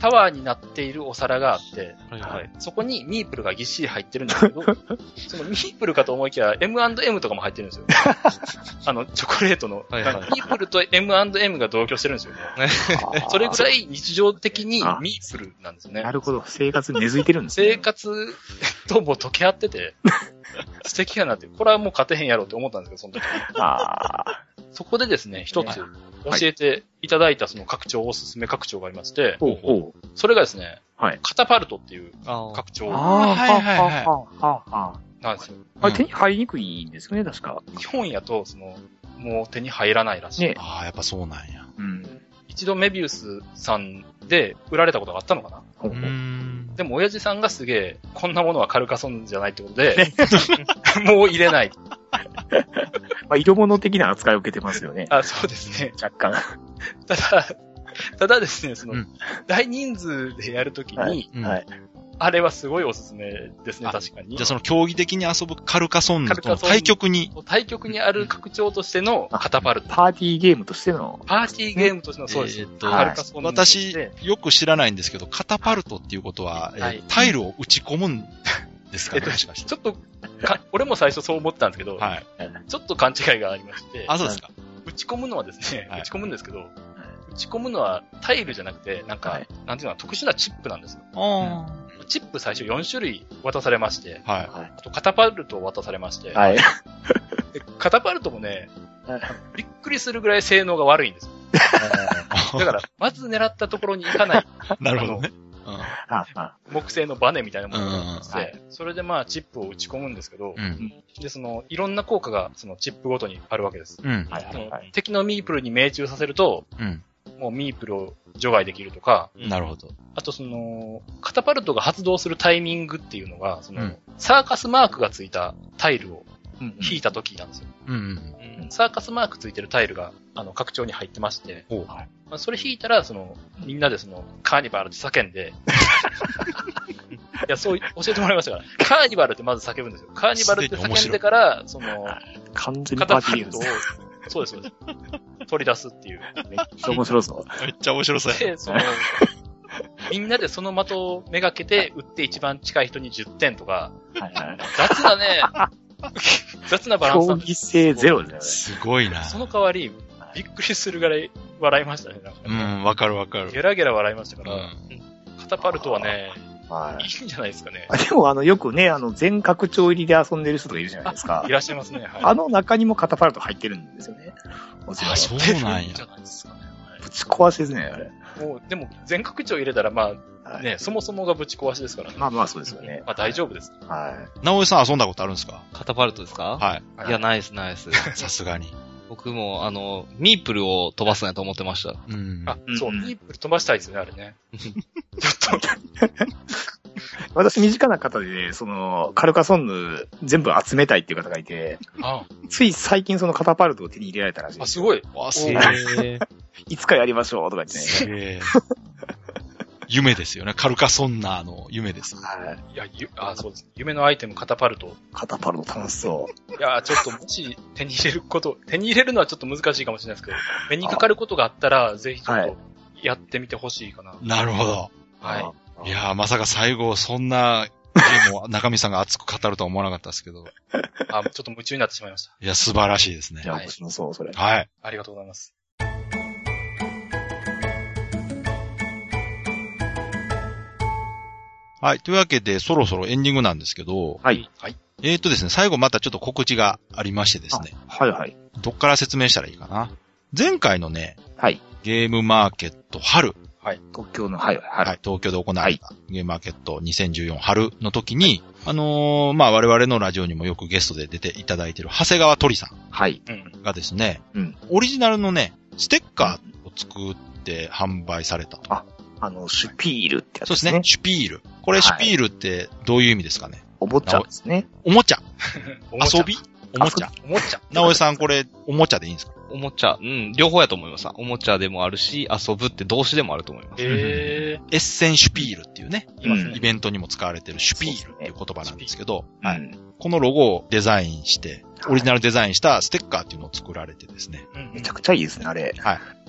Speaker 5: タワーになっているお皿があって、
Speaker 4: はいはい。
Speaker 5: そこにミープルがぎっしり入ってるんですけど、そのミープルかと思いきや M&M とかも入ってるんですよ。あの、チョコレートの。
Speaker 4: はいはい
Speaker 5: なんかミープルと M&M が同居してるんですよね。それぐらい日常的にミープルなんですよね
Speaker 3: な。るほど。生活に根付いてるんですね
Speaker 5: 生。活とも溶け合ってて、素敵やなって、これはもう勝てへんやろうって思ったんですけど、その時。
Speaker 3: ああ。
Speaker 5: そこでですね、一つ教えていただいたその拡張、おすすめ拡張がありまして、
Speaker 3: おうおう。
Speaker 5: それがですね、
Speaker 3: はい
Speaker 5: カタパルトっていう
Speaker 4: ああ。
Speaker 5: 拡張
Speaker 2: あはいはいはい
Speaker 3: はあはあは
Speaker 5: なんですよ。
Speaker 3: あ。あれ、手に入りにくいんですよね、確か。
Speaker 5: 日本やと、その、もう手に入らないらしい。
Speaker 3: ね
Speaker 2: ああ、やっぱそうなんや。
Speaker 3: うん。
Speaker 5: 一度メビウスさんで売られたことがあったのかな
Speaker 3: ほう
Speaker 2: う
Speaker 3: ほう
Speaker 2: ー
Speaker 5: でも親父さんがすげえ、こんなものはカルカソンじゃないってことで、 もう入れない。
Speaker 3: まあ、色物的な扱いを受けてますよね。
Speaker 5: あ、そうですね。
Speaker 3: 若干。
Speaker 5: ただ、ただですね、その、
Speaker 2: うん
Speaker 5: 大人数でやるときに、
Speaker 3: はい
Speaker 2: ん。
Speaker 3: はい。
Speaker 5: あれはすごいおすすめですね、
Speaker 2: あ
Speaker 5: 確かに
Speaker 2: じゃあ。その競技的に遊ぶカルカソンヌとの対局に、
Speaker 5: 対局にある拡張としての
Speaker 3: あ
Speaker 5: カタパルト。
Speaker 3: パーティーゲームとしての。
Speaker 5: パーティーゲームとしての、そうです。
Speaker 2: えーっ
Speaker 5: カ
Speaker 2: と、
Speaker 5: ルカソンヌとし
Speaker 2: 私
Speaker 5: て、
Speaker 2: よく知らないんですけど、カタパルトっていうことは、えー
Speaker 5: はい
Speaker 2: タイルを打ち込むんですかね、
Speaker 5: えっと
Speaker 2: もしかして。
Speaker 5: ちょっとか俺も最初そう思ったんですけど、
Speaker 2: はい。
Speaker 5: ちょっと勘違いがありまして、
Speaker 2: あ、そうですか。
Speaker 5: 打ち込むのはですね、
Speaker 2: はい
Speaker 5: 打ち込むんですけど、打ち込むのはタイルじゃなくて、なんか、
Speaker 3: はい
Speaker 5: なんていうのは特殊なチップなんですよ。
Speaker 2: あ
Speaker 5: チップ最初4種類渡されまして、
Speaker 2: あ。はい。
Speaker 5: あとカタパルトを渡されまして、
Speaker 3: はい。
Speaker 5: でカタパルトもね
Speaker 3: はい、
Speaker 5: びっくりするぐらい性能が悪いんですよ。 だから、まず狙ったところに行 かない
Speaker 2: なるほどね。
Speaker 3: ああ
Speaker 5: 木製のバネみたいなものがあっ
Speaker 3: うんうん
Speaker 5: て、それでまあチップを打ち込むんですけど、
Speaker 2: うん。
Speaker 5: で、その、いろんな効果がそのチップごとにあるわけです。
Speaker 2: うん。
Speaker 3: はいはいはい。
Speaker 5: 敵のミープルに命中させると、
Speaker 2: うん。
Speaker 5: もうミープルを除外できるとか、
Speaker 2: なるほど。
Speaker 5: あとその、カタパルトが発動するタイミングっていうのが、その、
Speaker 2: うん
Speaker 5: サーカスマークがついたタイルを
Speaker 3: うん
Speaker 5: 引いた時なんですよ。
Speaker 2: うん。
Speaker 4: うん
Speaker 5: サーカスマークついてるタイルが、あの、拡張に入ってまして、
Speaker 2: ほう
Speaker 5: はいまあ、それ引いたら、その、みんなでその、カーニバルって叫 んで、いや、そう、教えてもらいましたから、カーニバルってまず叫ぶんですよ。カーニバルって叫んでから、その、
Speaker 3: 完全に
Speaker 5: カ
Speaker 3: パー
Speaker 5: タ
Speaker 3: ティ
Speaker 5: パ
Speaker 3: ーゲー
Speaker 5: ル
Speaker 3: ム
Speaker 5: ト
Speaker 3: で
Speaker 5: を
Speaker 3: すね。、
Speaker 5: そうです、そうです。取り出すっていう。
Speaker 3: めっちゃ面白そう。
Speaker 2: めっちゃ面白そうや。
Speaker 5: で、その、みんなでその的をめがけて打って一番近い人に10点とか、
Speaker 3: はいはい。
Speaker 5: 雑だね。 雑なバランスな
Speaker 3: 競
Speaker 5: んです
Speaker 3: 技性ゼロです
Speaker 2: すごいな。
Speaker 5: その代わり、びっくりするぐらい笑いましたね。なんか
Speaker 2: う
Speaker 5: ね
Speaker 2: ん、わかるわかる。
Speaker 5: ゲラゲラ笑いましたか
Speaker 2: う
Speaker 5: ら、
Speaker 2: ん。
Speaker 5: カタパルトはね、
Speaker 3: よね。はい
Speaker 5: いんじゃないですかね。
Speaker 3: い。でも、あの、よくね、あの、全拡張入りで遊んでる人とかいるじゃないですか
Speaker 5: い。らっしゃいますね。はい。
Speaker 3: あの中にもカタパルト入ってるんですよね。もちろん
Speaker 2: あ、そうなん
Speaker 5: いいん
Speaker 2: や
Speaker 5: じ。ゃないですかね。
Speaker 3: ぶち壊しですね、あれ。
Speaker 5: もう、でも、全拡張入れたら、ま
Speaker 3: は
Speaker 5: あ、
Speaker 3: い
Speaker 5: ね、そもそもがぶち壊しですからね。
Speaker 3: まあまあ、そうですよね。
Speaker 5: まあ、大丈夫です。
Speaker 3: は
Speaker 2: 直江さん遊んだことあるんですか
Speaker 4: カタパルトですか
Speaker 2: はい。
Speaker 3: い。
Speaker 4: いや、ナイスナイス。
Speaker 2: さすがに。
Speaker 4: 僕も、あの、ミープルを飛ばすんやと思ってました。
Speaker 2: うん。
Speaker 5: あ、そう、
Speaker 3: うん
Speaker 5: ミープル飛ばしたいですよね、あれね。ちょっと、
Speaker 3: 私、身近な方で、その、カルカソンヌ全部集めたいっていう方がいて、
Speaker 5: あ、
Speaker 3: つい最近そのカタパルトを手に入れられたらしい
Speaker 5: あ
Speaker 3: ですす。
Speaker 5: ごい。
Speaker 2: わ、す
Speaker 4: へ
Speaker 2: げえ。
Speaker 4: ー
Speaker 3: いつかやりましょうとか言ってね。
Speaker 2: すげえ。夢ですよね。カルカソンナーの夢です。
Speaker 3: はい。
Speaker 5: いや、ゆあ、そうです。夢のアイテム、カタパルト。
Speaker 3: カタパルト楽しそ
Speaker 5: いやー、ちょっと、もし手に入れること、手に入れるのはちょっと難しいかもしれないですけど、目にかかることがあったら、ぜひちょっ
Speaker 3: はい
Speaker 5: と、やってみてほしいかな。
Speaker 2: なるほど。
Speaker 3: う。
Speaker 5: はい
Speaker 2: やー、まさか最後、そんな、でも、中身さんが熱く語るとは思わなかったですけど。
Speaker 5: い。あ、ちょっと夢中になってしまいました。
Speaker 2: いや、素晴らしいですね
Speaker 3: い。や、面白そう、それ。
Speaker 2: はい。
Speaker 5: ありがとうございます。
Speaker 2: はい。というわけで、そろそろエンディングなんですけど、
Speaker 3: はい。
Speaker 5: はい。
Speaker 2: えーとですね、最後またちょっと告知がありましてですね、
Speaker 3: はいはい。
Speaker 2: どっから説明したらいいかな。前回のね、
Speaker 3: はい。
Speaker 2: ゲームマーケット春、
Speaker 3: 東京の、はいはい。
Speaker 2: は
Speaker 3: はいい。、
Speaker 2: 東京で行われたゲームマーケット2014春の時に、あのーまあ、我々のラジオにもよくゲストで出ていただいている長谷川鳥さ
Speaker 3: はい。
Speaker 5: うん。
Speaker 2: んがですね、
Speaker 3: うん
Speaker 2: オリジナルのね、ステッカーを作って販売された。
Speaker 3: あの、シュピールってやつ
Speaker 2: そ
Speaker 3: で
Speaker 2: うですす
Speaker 3: ね。
Speaker 2: ね、シュピール。こ
Speaker 3: は
Speaker 2: れ、
Speaker 3: い
Speaker 2: シュピールってどういう意味ですかね
Speaker 3: おもちゃですね。
Speaker 2: おもちゃ
Speaker 5: おもちゃ
Speaker 2: 遊びおもちゃ
Speaker 5: おもちゃ。
Speaker 2: 直江さん、これ、おもちゃでいいんですか
Speaker 4: おもちゃ、うん、両方やと思います。おもちゃでもあるし、遊ぶって動詞でもあると思います。
Speaker 5: え
Speaker 2: エッセンシュピールっていうね、
Speaker 5: ー、います
Speaker 3: うん
Speaker 2: イ
Speaker 5: ね。
Speaker 2: ベントにも使われてるシュピールっていう言葉なんですけど、
Speaker 3: はい。
Speaker 2: このロゴをデザインして、
Speaker 3: はい
Speaker 2: オリジナルデザインしたステッカーっていうのを作られてですね。
Speaker 5: うん
Speaker 3: めちゃくちゃいいですね、あれ。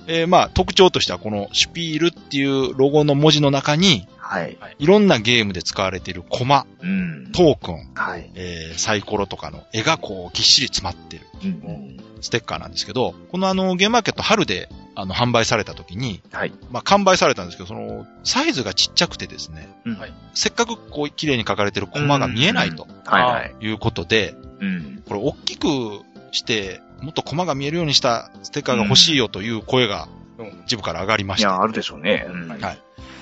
Speaker 2: えーまあ特徴としてはこのシュピールっていうロゴの文字の中に、
Speaker 3: はい。
Speaker 2: いろんなゲームで使われているコマ、
Speaker 3: うん。
Speaker 2: トークン、
Speaker 3: はい。
Speaker 2: えーサイコロとかの絵がこうぎっしり詰まってる
Speaker 3: うんうん。
Speaker 2: ステッカーなんですけど、このあのゲームマーケット春であの販売された時に、
Speaker 3: はい。
Speaker 2: まあ完売されたんですけど、そのサイズがちっちゃくてですね、
Speaker 3: うん
Speaker 5: はい
Speaker 2: せっかくこう綺麗に描かれてるコマが見えないと
Speaker 3: はいはい。
Speaker 2: いうことで、
Speaker 3: うん。
Speaker 2: これ大きくして、もっとコマが見えるようにしたステッカーが欲しいよという声が
Speaker 5: うん
Speaker 2: 一部から上がりま
Speaker 3: い
Speaker 2: した。
Speaker 3: や、あるでしょうね。うん。
Speaker 2: はい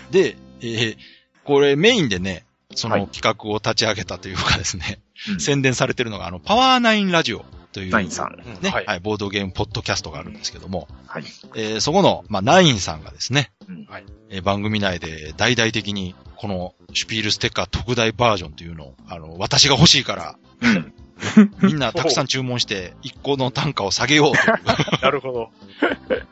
Speaker 2: で、えーこれメインでね、そ
Speaker 3: は
Speaker 2: の
Speaker 3: い
Speaker 2: 企画を立ち上げたというかですね、
Speaker 3: うん
Speaker 2: 宣伝されてるのが、あの、パワーナインラジオという、
Speaker 3: ナインさん。
Speaker 4: うん
Speaker 2: ね、は、
Speaker 5: はいい
Speaker 2: ボードゲームポッドキャストがあるんですけども、
Speaker 3: はい。
Speaker 2: えーそこの、まあ、ナインさんがですね、
Speaker 3: うん
Speaker 5: はい
Speaker 2: えー番組内で大々的に、このシュピールステッカー特大バージョンというのを、あの、私が欲しいから、
Speaker 3: うん。
Speaker 2: みんなたくさん注文して、一個の単価を下げようという
Speaker 5: なるほど。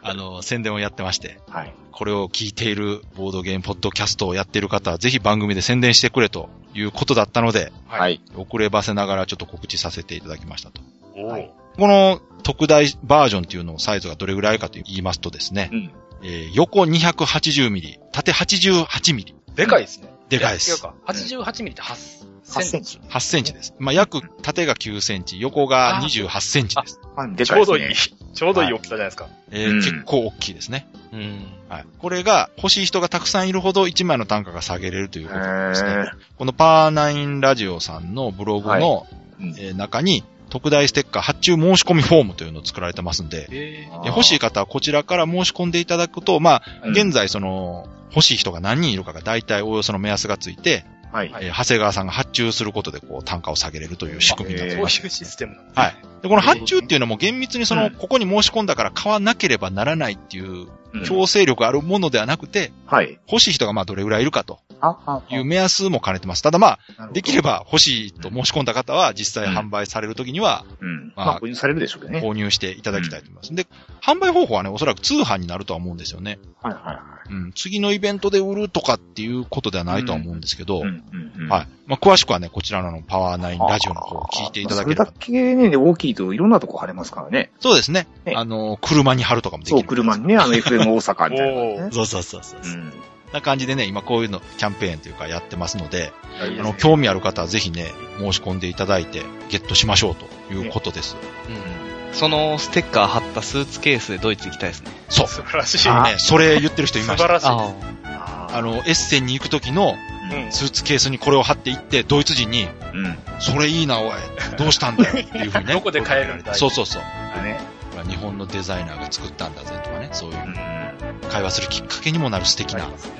Speaker 2: あの、宣伝をやってまして、
Speaker 3: はい。
Speaker 2: これを聞いているボードゲームポッドキャストをやっている方は、ぜひ番組で宣伝してくれということだったので、
Speaker 3: はい。
Speaker 2: 遅ればせながらちょっと告知させていただきましたと。
Speaker 5: お
Speaker 3: は
Speaker 5: ー
Speaker 3: い
Speaker 2: この特大バージョンっていうのをサイズがどれぐらいかと言いますとですね
Speaker 3: う、ん。
Speaker 2: えー横280ミリ、縦88ミリ、
Speaker 5: でかいですね。
Speaker 2: でかいで
Speaker 5: 違う
Speaker 2: す。
Speaker 5: か。88ミリって8
Speaker 3: 8セ
Speaker 5: セ
Speaker 3: ン
Speaker 5: ン
Speaker 3: チ
Speaker 5: チ。。
Speaker 2: 8センチです。まあ、約縦が9センチ、横が28センチです。
Speaker 3: あで
Speaker 5: ち
Speaker 3: かい
Speaker 5: ょ
Speaker 3: で
Speaker 5: う
Speaker 3: す
Speaker 5: どい
Speaker 3: ね
Speaker 5: い。。ちょうどいい大きさじゃないですか。
Speaker 2: え
Speaker 3: うん
Speaker 2: ー結構大きいですね。
Speaker 4: うん。
Speaker 2: はい。これが欲しい人がたくさんいるほど1枚の単価が下げれるということです
Speaker 3: へ
Speaker 2: ね
Speaker 3: ー。
Speaker 2: このパーナインラジオさんのブログの、
Speaker 3: いうん
Speaker 2: えー中に特大ステッカー発注申し込みフォームというのを作られてますんで、
Speaker 5: え
Speaker 2: えー欲しい方はこちらから申し込んでいただくと、まあ、
Speaker 3: うん
Speaker 2: 現在その、欲しい人が何人いるかが大体おおよその目安がついて、
Speaker 3: はい。
Speaker 5: は
Speaker 2: えー長谷川さんが発注することでこう単価を下げれるという仕組みになって
Speaker 5: そうい
Speaker 2: ま
Speaker 5: う
Speaker 2: す。
Speaker 5: システムなんですね
Speaker 2: はい。で、この発注っていうのも厳密にその、
Speaker 3: うん
Speaker 2: ここに申し込んだから買わなければならないっていう
Speaker 3: うん
Speaker 2: 強制力あるものではなくて、
Speaker 3: はい。
Speaker 2: 欲しい人がまあどれぐらいいるかと
Speaker 3: あ、あ
Speaker 2: いう目安も兼ねてます。ただまあ、
Speaker 3: あ
Speaker 2: できれ
Speaker 3: ば。
Speaker 2: ば欲しいと申し込んだ方は実際販売されるときには
Speaker 3: うん。
Speaker 2: まあ
Speaker 3: まあ、購入されるでしょうけどね。
Speaker 2: 購入していただきたいと思います。で、販売方法はね、おそらく通販になるとは思うんですよね。
Speaker 3: はいはいは
Speaker 2: うん、次のイベントで売るとかっていうことではないとは思うんですけど、
Speaker 3: い。うんうんうん。
Speaker 2: はい。まあ、詳しくはね、こちらのパワーナインラジオの方を聞いていただければ
Speaker 3: そ。れだけね、大きいといろんなとこ貼れますからね。
Speaker 2: そうですね。
Speaker 3: ね
Speaker 2: あの、車に貼るとかもでき
Speaker 3: そ
Speaker 2: る。
Speaker 3: う、車にね、あの FM 大阪みた いなのね。
Speaker 2: そうそうそうそう。
Speaker 3: うん。
Speaker 2: な感じでね、今こういうのキャンペーンというかやってますので、
Speaker 5: いい
Speaker 2: あ
Speaker 5: ですね
Speaker 2: の、興味ある方はぜひね、申し込んでいただいて、ゲットしましょうということです。
Speaker 4: うん。そのステッカー貼ったスーツケースでドイツ行きたいですね。
Speaker 2: そう。
Speaker 5: 素晴らしい。素
Speaker 3: あ
Speaker 2: ね、それ言ってる人いまし
Speaker 5: 晴
Speaker 2: た。
Speaker 5: らしい。
Speaker 2: あ
Speaker 3: あ
Speaker 2: の、エッセンに行く時の
Speaker 5: うん
Speaker 2: スーツケースにこれを貼っていって、ドイツ人に、
Speaker 3: の、うん。
Speaker 2: それいいな、おい。どうしたんだよ。っていうふうにね。
Speaker 5: どこで買えるんだい
Speaker 2: そうそうそう。
Speaker 3: だね。。
Speaker 2: ほら日本のデザイナーが作ったんだぜとかね。そういううん会話するきっかけにもなる素敵
Speaker 5: あり
Speaker 2: な
Speaker 5: ますね。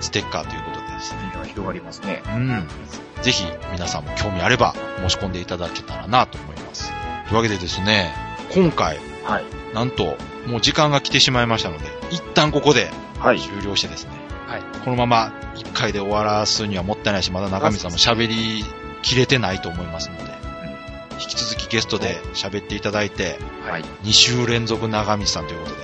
Speaker 2: ステッカーということでですね。
Speaker 3: 広がりますね。
Speaker 2: うん。ぜひ皆さんも興味あれば申し込んでいただけたらなと思います。というわけでですね、今回、
Speaker 3: はい
Speaker 2: なんと、もう時間が来てしまいましたので、一旦ここで
Speaker 3: はい。
Speaker 2: 終了してですね、
Speaker 5: はい
Speaker 2: このまま1回で終わらすにはもったいないし、まだ中身さんも喋りきれてないと思いますので、引き続きゲストで喋っていただいて、
Speaker 3: はい。
Speaker 2: 2週連続長見さんということ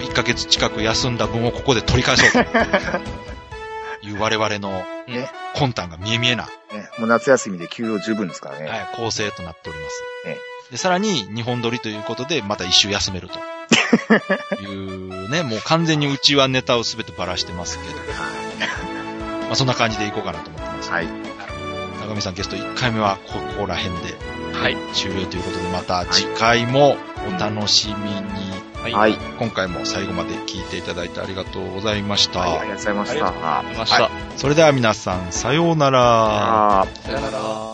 Speaker 2: で、1ヶ月近く休んだ分をここで取り返そうと いう我々の
Speaker 3: ね
Speaker 2: 魂胆が見え見えな、
Speaker 3: ねもう夏休みで休養十分ですからね。
Speaker 2: はい、構成となっております
Speaker 3: ね。
Speaker 2: で、さらに2本撮りということで、また1週休めると。いう ね、もう完全にうちはネタを全てばらしてますけど、まあそんな感じでいこうかなと思ってます。
Speaker 3: はい。
Speaker 2: 中見さんゲスト1回目はここら辺で
Speaker 5: はい。
Speaker 2: 終了ということで、また次回もお楽しみに。
Speaker 4: はい。
Speaker 3: はい。はい。
Speaker 2: 今回も最後まで聞いていただいてありがとうございました。
Speaker 3: ありがとうございまし
Speaker 5: ありが
Speaker 3: た。
Speaker 4: 出ました。
Speaker 2: それでは皆さん、さようなら。
Speaker 3: あー
Speaker 5: さよなら。